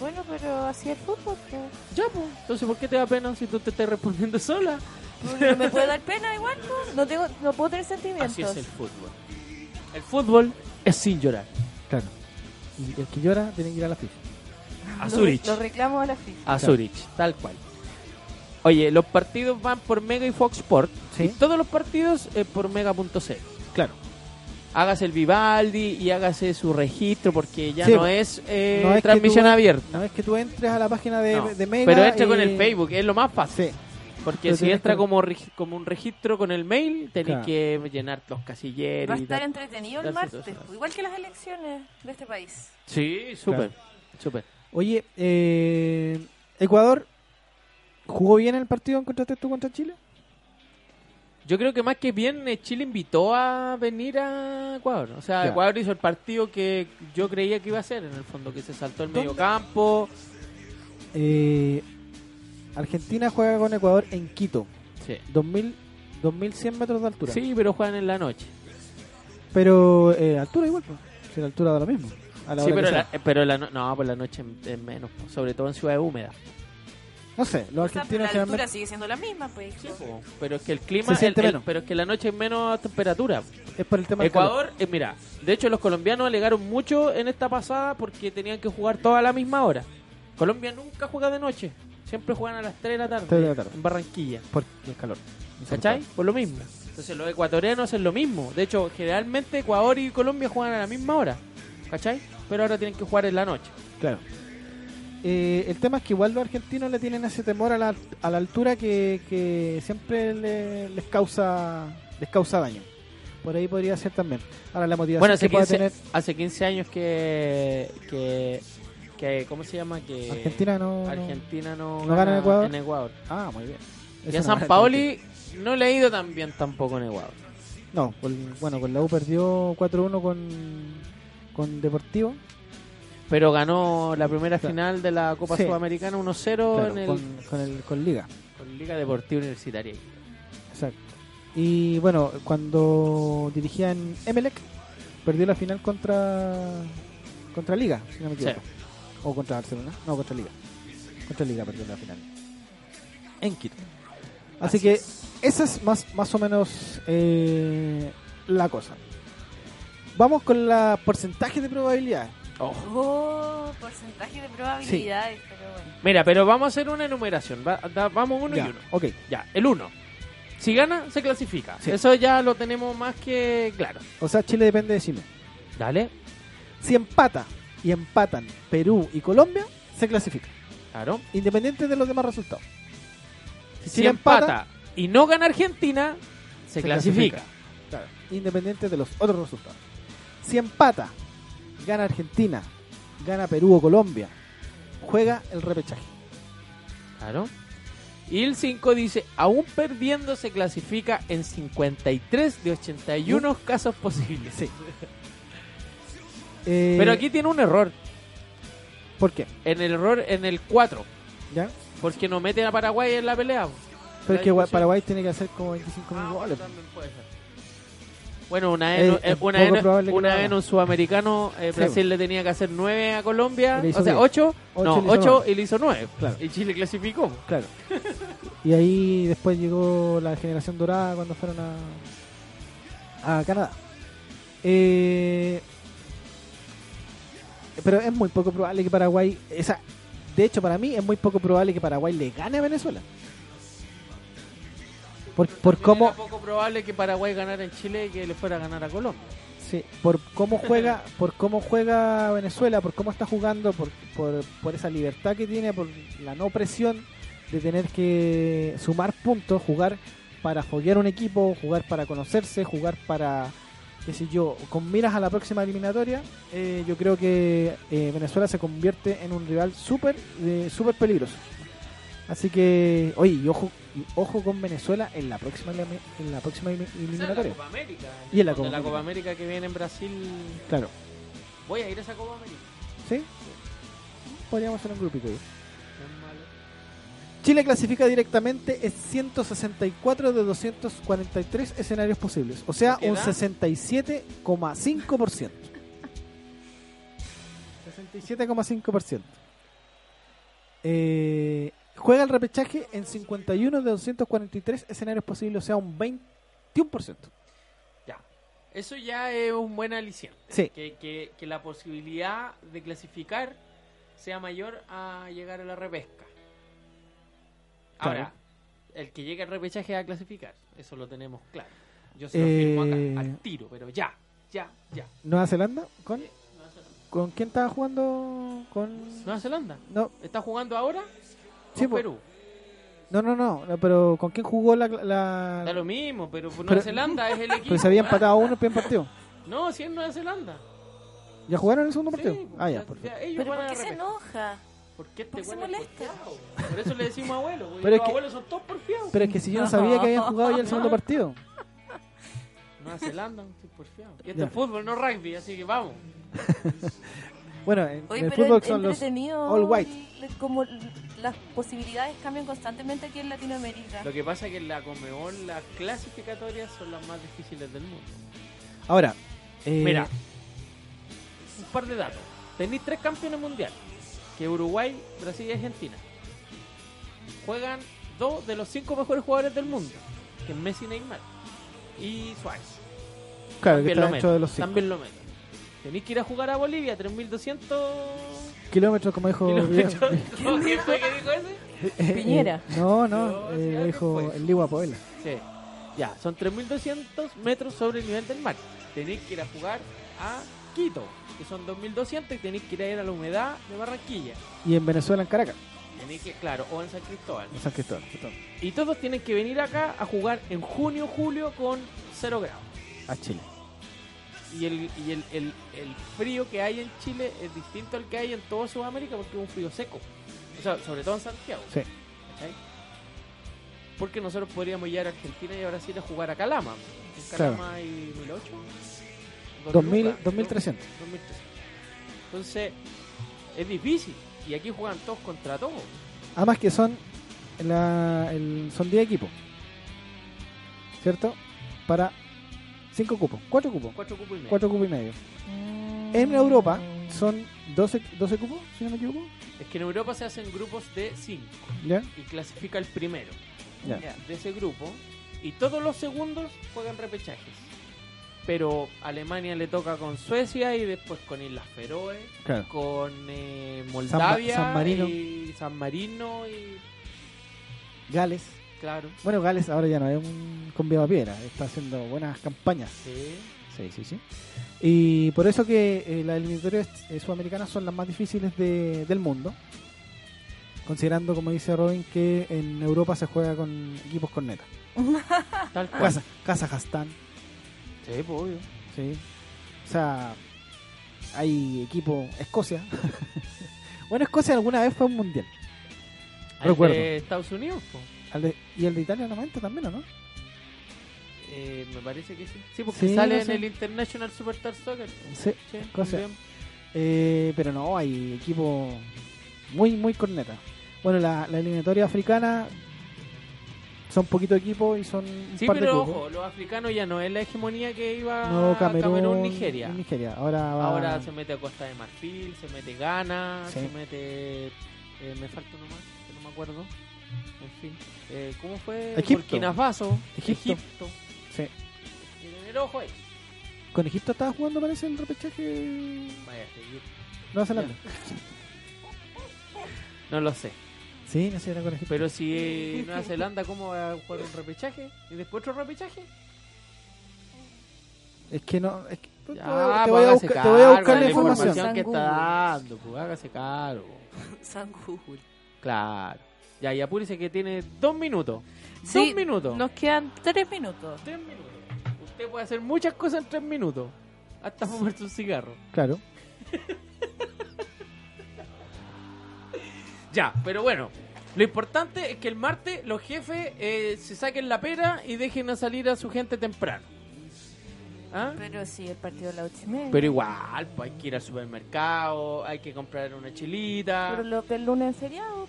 E: Bueno, pero así el fútbol. pues.
D: Ya, pues. Entonces, ¿por qué te da pena si tú te estás respondiendo sola?
E: Pero me puede dar pena igual, pues. no tengo, no puedo tener sentimientos.
D: Así es el fútbol. El fútbol es sin llorar.
C: Claro. Y el que llora tiene que ir a la ficha.
D: A
E: Lo-
D: Zurich.
E: Lo, reclamo a la FIFA.
D: A Zurich, tal cual. Oye, los partidos van por Mega y Fox Sport.
C: Sí.
D: Y todos los partidos eh, por Mega.cl.
C: Claro.
D: hágase el Vivaldi y hágase su registro porque ya
C: Sí,
D: no es, eh,
C: no es que
D: transmisión
C: tú-
D: abierta.
C: No es que tú entres a la página de,
D: No.
C: de Mega.
D: pero entra con
C: y-
D: el Facebook, es lo más fácil.
C: Sí.
D: Porque
C: pero
D: si
C: tenés
D: entra
C: que-
D: como, regi- como un registro con el mail, tenés
C: Claro.
D: que llenar los casilleros.
E: Va a
D: y
E: estar
D: tal.
E: entretenido el
D: darse
E: martes,
D: todo eso.
E: pues, igual que las elecciones de este país.
D: Sí, súper. súper.
C: Oye, eh, Ecuador jugó bien el partido en contraste tú contra Chile.
D: Yo creo que más que bien eh, Chile invitó a venir a Ecuador. O sea,
C: Ya.
D: Ecuador hizo el partido que yo creía que iba a hacer en el fondo, que se saltó el
C: ¿Dónde?
D: mediocampo.
C: Eh, Argentina juega con Ecuador en Quito,
D: Sí.
C: 2000, 2100 metros de altura.
D: sí, pero juegan en la noche.
C: Pero eh, altura igual, pues. Si la altura da lo mismo. a la hora
D: Sí,
C: que
D: pero,
C: sea.
D: la, eh, pero la no, no, por la noche es menos, po, sobre todo en ciudades húmedas.
C: No sé, los
E: O sea, pero
C: argentinos
E: la altura
C: generalmente
E: sigue siendo la misma, pues. hijo.
D: Pero es que el clima,
C: Se
D: el-
C: siente
D: el-
C: menos.
D: pero es que la noche es menos temperatura.
C: es por el tema del calor.
D: Ecuador, eh, mira, de hecho los colombianos alegaron mucho en esta pasada porque tenían que jugar toda a la misma hora. Colombia nunca juega de noche, siempre juegan a las 3 de la tarde,
C: Tres de la tarde.
D: en Barranquilla,
C: Por el calor.
D: ¿cachai? Por lo mismo. Entonces los ecuatorianos hacen lo mismo. De hecho, generalmente Ecuador y Colombia juegan a la misma hora, ¿cachai? Pero ahora tienen que jugar en la noche.
C: Claro. Eh, el tema es que igual los argentinos le tienen ese temor a la, a la altura que, que siempre le- les causa les causa daño. Por ahí podría ser también. Ahora la motivación
D: Bueno, hace
C: que pueda
D: 15,
C: tener
D: hace 15 años que, que, que- ¿Cómo se llama? Que
C: Argentina no, no-
D: Argentina no,
C: ¿No gana en Ecuador?
D: En Ecuador.
C: Ah, muy bien.
D: Y
C: Eso
D: a
C: no
D: San
C: me
D: Paoli no le ha ido tan bien tampoco en Ecuador.
C: No, con- bueno, con la U perdió 4-1 con, con Deportivo.
D: Pero ganó la primera
C: Claro.
D: final de la Copa
C: Sí.
D: Sudamericana 1-0
C: Claro,
D: en el,
C: con, con el- con Liga.
D: con Liga Deportiva Universitaria.
C: Exacto. Y bueno, cuando dirigían Emelec, perdió la final contra contra Liga, si no me equivoco. O contra Barcelona. No, contra Liga. Contra Liga perdió la final. En Quito. Así, que esa es más, más o menos eh, la cosa. Vamos con los porcentajes de probabilidad.
E: Oh, porcentaje de probabilidades, pero bueno.
D: Mira, pero vamos a hacer una enumeración. va- da- vamos uno
C: Ya,
D: y uno.
C: Ok.
D: Ya, el 1. Si gana, se clasifica.
C: Sí.
D: Eso ya lo tenemos más que claro.
C: O sea, Chile depende de Chile.
D: Dale,
C: Si empata y empatan Perú y Colombia, se clasifica.
D: claro.
C: Independiente de los demás resultados.
D: Si,
C: Chile
D: empata y no gana Argentina, se,
C: Se
D: clasifica.
C: clasifica. Claro, independiente de los otros resultados. Si empata, gana Argentina, gana Perú o Colombia, juega el repechaje.
D: Claro. Y el 5 dice, aún perdiendo se clasifica en 53 de 81 casos posibles.
C: Uh. Sí. Eh,
D: Pero aquí tiene un error.
C: ¿Por qué?
D: En el error en el 4.
C: ¿Ya?
D: Porque no mete a Paraguay en la pelea.
C: Pero es que Gua-
D: La discusión.
C: Paraguay tiene que hacer como 25
D: Ah,
C: mil goles.
D: Bueno, una vez, eh,
C: Es- es
D: una
C: Eh, poco
D: vez-
C: probable que
D: una
C: lo
D: vez en
C: haga.
D: un sudamericano, eh,
C: Sí,
D: Brasil le tenía que hacer 9 a Colombia,
C: Y le hizo
D: o sea,
C: diez.
D: 8,
C: Ocho
D: no,
C: y le hizo
D: 8
C: nueve.
D: y le hizo 9.
C: Claro.
D: Y Chile clasificó.
C: Claro. y ahí después llegó la generación dorada cuando fueron a, a Canadá. Eh, pero es muy poco probable que Paraguay. Esa, de hecho, para mí es muy poco probable que Paraguay le gane a Venezuela. Por, por cómo
D: Era poco probable que Paraguay ganara en Chile y que le fuera a ganar a Colombia.
C: sí, por cómo juega por cómo juega Venezuela por cómo está jugando por, por, por esa libertad que tiene por la no presión de tener que sumar puntos jugar para foguear un equipo jugar para conocerse jugar para qué sé yo con miras a la próxima eliminatoria eh, yo creo que eh, Venezuela se convierte en un rival súper eh, súper peligroso así que oye y ojo y ojo con Venezuela en la próxima elimi- en la próxima elimi- eliminatoria
D: Copa América.
C: Y en la
D: Cuando
C: Copa América.
D: América que viene en Brasil.
C: claro
D: Voy a ir a esa Copa América.
C: ¿Sí? Podríamos hacer un grupito. ahí. Chile clasifica directamente es 164 de 243 escenarios posibles, o sea,
D: ¿Qué
C: un
D: da?
C: 67,5%. 67,5%. Eh, juega el repechaje en 51 de 243 escenarios posibles, o sea, un 21%.
D: Ya. Eso ya es un buen aliciente.
C: Sí.
D: Que, que, que la posibilidad de clasificar sea mayor a llegar a la repesca. Ahora, el que llegue al repechaje va a clasificar. Eso lo tenemos claro. Yo se lo
C: Eh.
D: firmo acá, al tiro, pero ya, ya, ya.
C: Nueva Zelanda, ¿con, ¿con quién estaba jugando? Con...
D: Nueva Zelanda.
C: No,
D: ¿Está jugando ahora?
C: Sí, pues.
D: con
C: po.
D: Perú.
C: No, no, no, no, pero ¿con quién jugó la... la...
D: Da lo mismo, pero Nueva
C: Pero-
D: Zelanda es el equipo.
C: Pues se había
D: ¿ah?
C: empatado uno en el primer partido.
D: No, sí es Nueva Zelanda.
C: ¿Ya jugaron el segundo
D: Sí,
C: partido?
E: pues,
D: po,
C: ah,
D: o
C: ya,
D: sea,
C: perfecto.
D: ellos
E: Pero
D: van
E: ¿por
D: a
E: qué
D: la
E: se
D: repesca.
E: enoja?
D: ¿Por qué este
E: ¿Por qué se
D: weón es
E: molesta?
D: porfiado? Por eso le decimos abuelo, porque
C: Pero es
D: los
C: que-
D: abuelos son todos porfiados.
C: Pero es que si yo no sabía que habían jugado ya el segundo partido.
D: Nueva Zelanda, estoy porfiado. Y este
C: Ya.
D: es fútbol, no rugby, así que vamos.
C: Bueno, en,
E: Oye,
C: en el
E: pero
C: fútbol
E: es
C: son los...
E: entretenido
C: all white.
E: le- Como l- las posibilidades cambian constantemente aquí en Latinoamérica.
D: Lo que pasa es que en la Comebol las clasificatorias son las más difíciles del mundo.
C: Ahora, eh,
D: Mira, un par de datos. Tenéis tres campeones mundiales, que Uruguay, Brasil y Argentina. Juegan dos de los cinco mejores jugadores del mundo, que es Messi y Neymar. Y Suárez.
C: claro, que
D: También lo
C: está dentro de
D: meten.
C: los 5
D: También lo meten. Tenéis que ir a jugar a Bolivia, 3200
C: kilómetros, como dijo...
D: kilómetros. ¿Quién fue que dijo ese?
C: Eh, eh,
E: Piñera.
C: no, no,
D: No,
C: eh,
D: sí,
C: lo
D: alguien
C: dijo
D: fue.
C: el Ligua Poela.
D: Sí. Ya, son 3.200 metros sobre el nivel del mar. Tenéis que ir a jugar a Quito, que son 2.200 y tenéis que ir a, ir a la humedad de Barranquilla.
C: Y en Venezuela, en Caracas.
D: Tenéis que, claro, o en San Cristóbal.
C: En San Cristóbal. perdón,
D: Y todos tienen que venir acá a jugar en junio, julio con 0 grados.
C: A Chile.
D: Y, el, y el, el- el frío que hay en Chile es distinto al que hay en toda Sudamérica porque es un frío seco. O sea, sobre todo en Santiago.
C: Sí.
D: ¿cachai? Porque nosotros podríamos llegar a Argentina y a Brasil a jugar a Calama. En
C: Claro.
D: Calama hay 1008. dos
C: 2000,
D: lucas,
C: 2300.
D: 2300. Entonces, es difícil. Y aquí juegan todos contra todos.
C: Además que son la, el, son 10 equipos. ¿Cierto? Para 5 cupos, 4 cupos,
D: Cuatro cupos y medio.
C: 4 cupos y medio. En Europa son 12, 12 cupos, si no me equivoco.
D: Es que en Europa se hacen grupos de 5
C: ¿Ya?
D: y clasifica el primero.
C: Ya.
D: de ese grupo y todos los segundos juegan repechajes. Pero Alemania le toca con Suecia y después con Islas Feroe,
C: Claro.
D: con eh, Moldavia
C: San Marino.
D: y San Marino y
C: Gales,
D: Claro.
C: Bueno, Gales ahora ya no es un conviado a piedra, está haciendo buenas campañas.
D: Sí.
C: Sí, sí, sí. Y por eso que eh, las eliminatorias eh, sudamericanas son las más difíciles de- del mundo. Considerando, como dice Robin, que en Europa se juega con equipos con neta.
D: Tal cual.
C: Kaza- Kazajstán,
D: Sí, pues, obvio.
C: sí. O sea, hay equipo. Escocia. bueno, Escocia alguna vez fue a un mundial.
D: Al
C: Recuerdo.
D: de Estados Unidos, pues.
C: Al de- y el de Italia 90 también, ¿o no?
D: Eh, me parece que sí. Sí, porque
C: Sí,
D: sale
C: no
D: en
C: sé.
D: el International Superstar Soccer.
C: Sí.
D: Sí,
C: Cosa.
D: también.
C: Eh, pero no, hay equipo muy, muy corneta. Bueno, la, la eliminatoria africana son poquito equipo y son un
D: Sí,
C: par de
D: pero
C: cupos.
D: ojo, los africanos ya no es la hegemonía que iba
C: No, Camerún,
D: Camerún, Nigeria.
C: y Nigeria. Ahora, va-
D: Ahora se mete a Costa de Marfil, se mete Ghana,
C: Sí.
D: se mete. eh, me falta uno más, que no me acuerdo. En fin. Eh, ¿Cómo fue?
C: Egipto.
D: Burkina Faso,
C: Egipto.
D: Egipto.
C: Sí.
D: Tienen el ojo ahí.
C: con Egipto estaba jugando parece el repechaje
D: Vaya, este, Egipto.
C: Nueva Zelanda.
D: No lo sé.
C: Sí, no sé, era con Egipto.
D: Pero si eh, Nueva Zelanda, ¿cómo va a jugar un repechaje? ¿Y después otro repechaje?
C: Es que no, es que te, voy,
D: Ya,
C: te
D: pues,
C: voy a
D: hágase
C: buscar, te voy a
D: cargo
C: buscar
D: de
C: la
E: la
C: información.
E: información.
D: que está dando, pues hágase cargo.
E: San Google.
D: Claro. Ya, y apúrese que tiene dos minutos.
E: Sí,
D: dos minutos.
E: Nos quedan tres minutos.
D: Tres minutos. Usted puede hacer muchas cosas en tres minutos. Hasta fumarse un cigarro.
C: Claro.
D: Ya, pero bueno. Lo importante es que el martes los jefes eh, se saquen la pera y dejen a salir a su gente temprano. ¿Ah?
E: Pero sí, el partido de la ocho y media.
D: Pero igual, pues, hay que ir al supermercado, hay que comprar una chilita.
E: Pero los del lunes es feriado.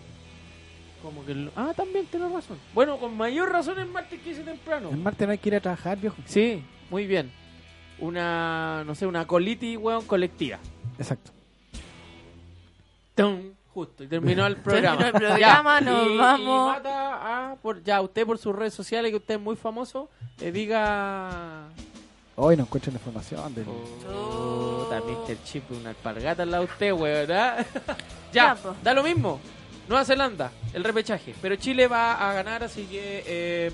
D: Como que lo- Ah, también tenés razón. Bueno, con mayor razón el martes que hice temprano.
C: El martes no hay que ir a trabajar, viejo.
D: Sí, muy bien. Una, no sé, una colitis, weón, colectiva.
C: Exacto.
D: ¡Tum! Justo, y terminó el programa.
E: Terminó el programa,
D: Ya.
E: nos
D: Y- y
E: vamos.
D: mata a- por, ya, usted por sus redes sociales, que usted es muy famoso, eh, diga...
C: Hoy no encuentro la información del
D: Oh. Puta, Mr. Chip, una alpargata al lado de usted, weón, ¿verdad? ya,
E: Ya, po.
D: da lo mismo. Nueva Zelanda, el repechaje. Pero Chile va a ganar, así que eh,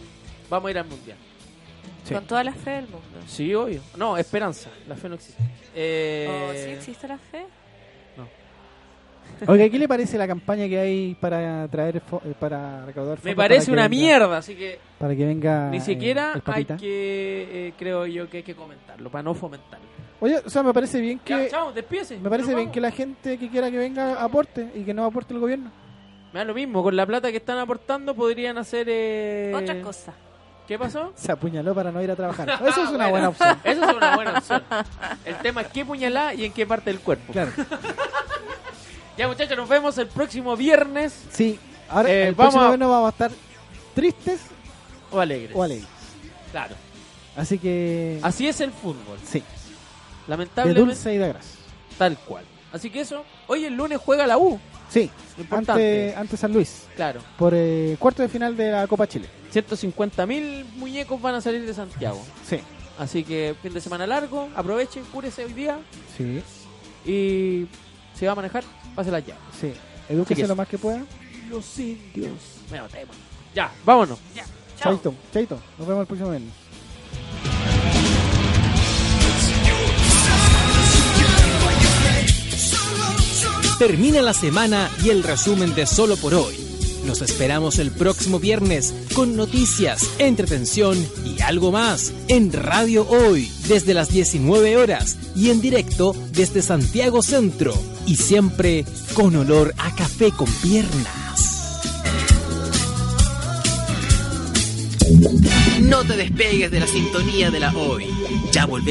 D: vamos a ir al Mundial.
C: Sí.
E: Con toda la fe del mundo.
D: Sí, obvio. No, esperanza. La fe no existe. Eh,
E: Oh, ¿Sí existe la fe?
C: Oiga, ¿qué le parece la campaña que hay para traer fo- eh, para recaudar fondos
D: me
C: para
D: parece
C: que
D: una
C: venga-
D: mierda, así que
C: Para que venga
D: ni
C: eh,
D: siquiera
C: el
D: hay
C: papita?
D: que, eh, creo yo que hay que comentarlo, para no fomentarlo.
C: Oye, o sea, me parece bien
D: Ya,
C: que
D: chao, despídese.
C: me parece
D: Nos
C: bien
D: vamos.
C: que la gente que quiera que venga aporte y que no aporte el gobierno.
D: Me da lo mismo, con la plata que están aportando podrían hacer... eh,
E: Otra cosa.
D: ¿Qué pasó?
C: Se apuñaló para no ir a trabajar. Eso es una
D: Bueno,
C: buena opción.
D: Eso es una buena opción. El tema es qué puñalada y en qué parte del cuerpo.
C: Claro.
D: Ya muchachos, nos vemos el próximo viernes
C: Sí. Ahora
D: Eh,
C: el
D: vamos
C: próximo
D: a-
C: gobierno vamos a estar tristes
D: o alegres.
C: o alegres.
D: Claro.
C: Así que
D: Así es el fútbol.
C: sí, de
D: Lamentablemente
C: dulce y de grasa.
D: tal cual. Así que eso, hoy el lunes juega la U.
C: Sí,
D: Importante.
C: ante, ante San Luis
D: Claro.
C: por eh, cuarto de final de la Copa Chile.
D: 150 mil muñecos van a salir de Santiago.
C: Sí.
D: Así que fin de semana largo, aprovechen, cúrese hoy día
C: Sí.
D: y se va a manejar, pásela ya.
C: Sí. Edúquese
D: Chiques.
C: lo más que pueda.
D: Los indios. Bueno, tema. Ya, vámonos.
C: Chaito, chaito. Nos vemos el próximo viernes.
A: Termina la semana y el resumen de Solo por hoy. Nos esperamos el próximo viernes con noticias, entretención y algo más en Radio Hoy desde las 19 horas y en directo desde Santiago Centro y siempre con olor a café con piernas.
F: No te despegues de la sintonía de la hoy. Ya volvemos.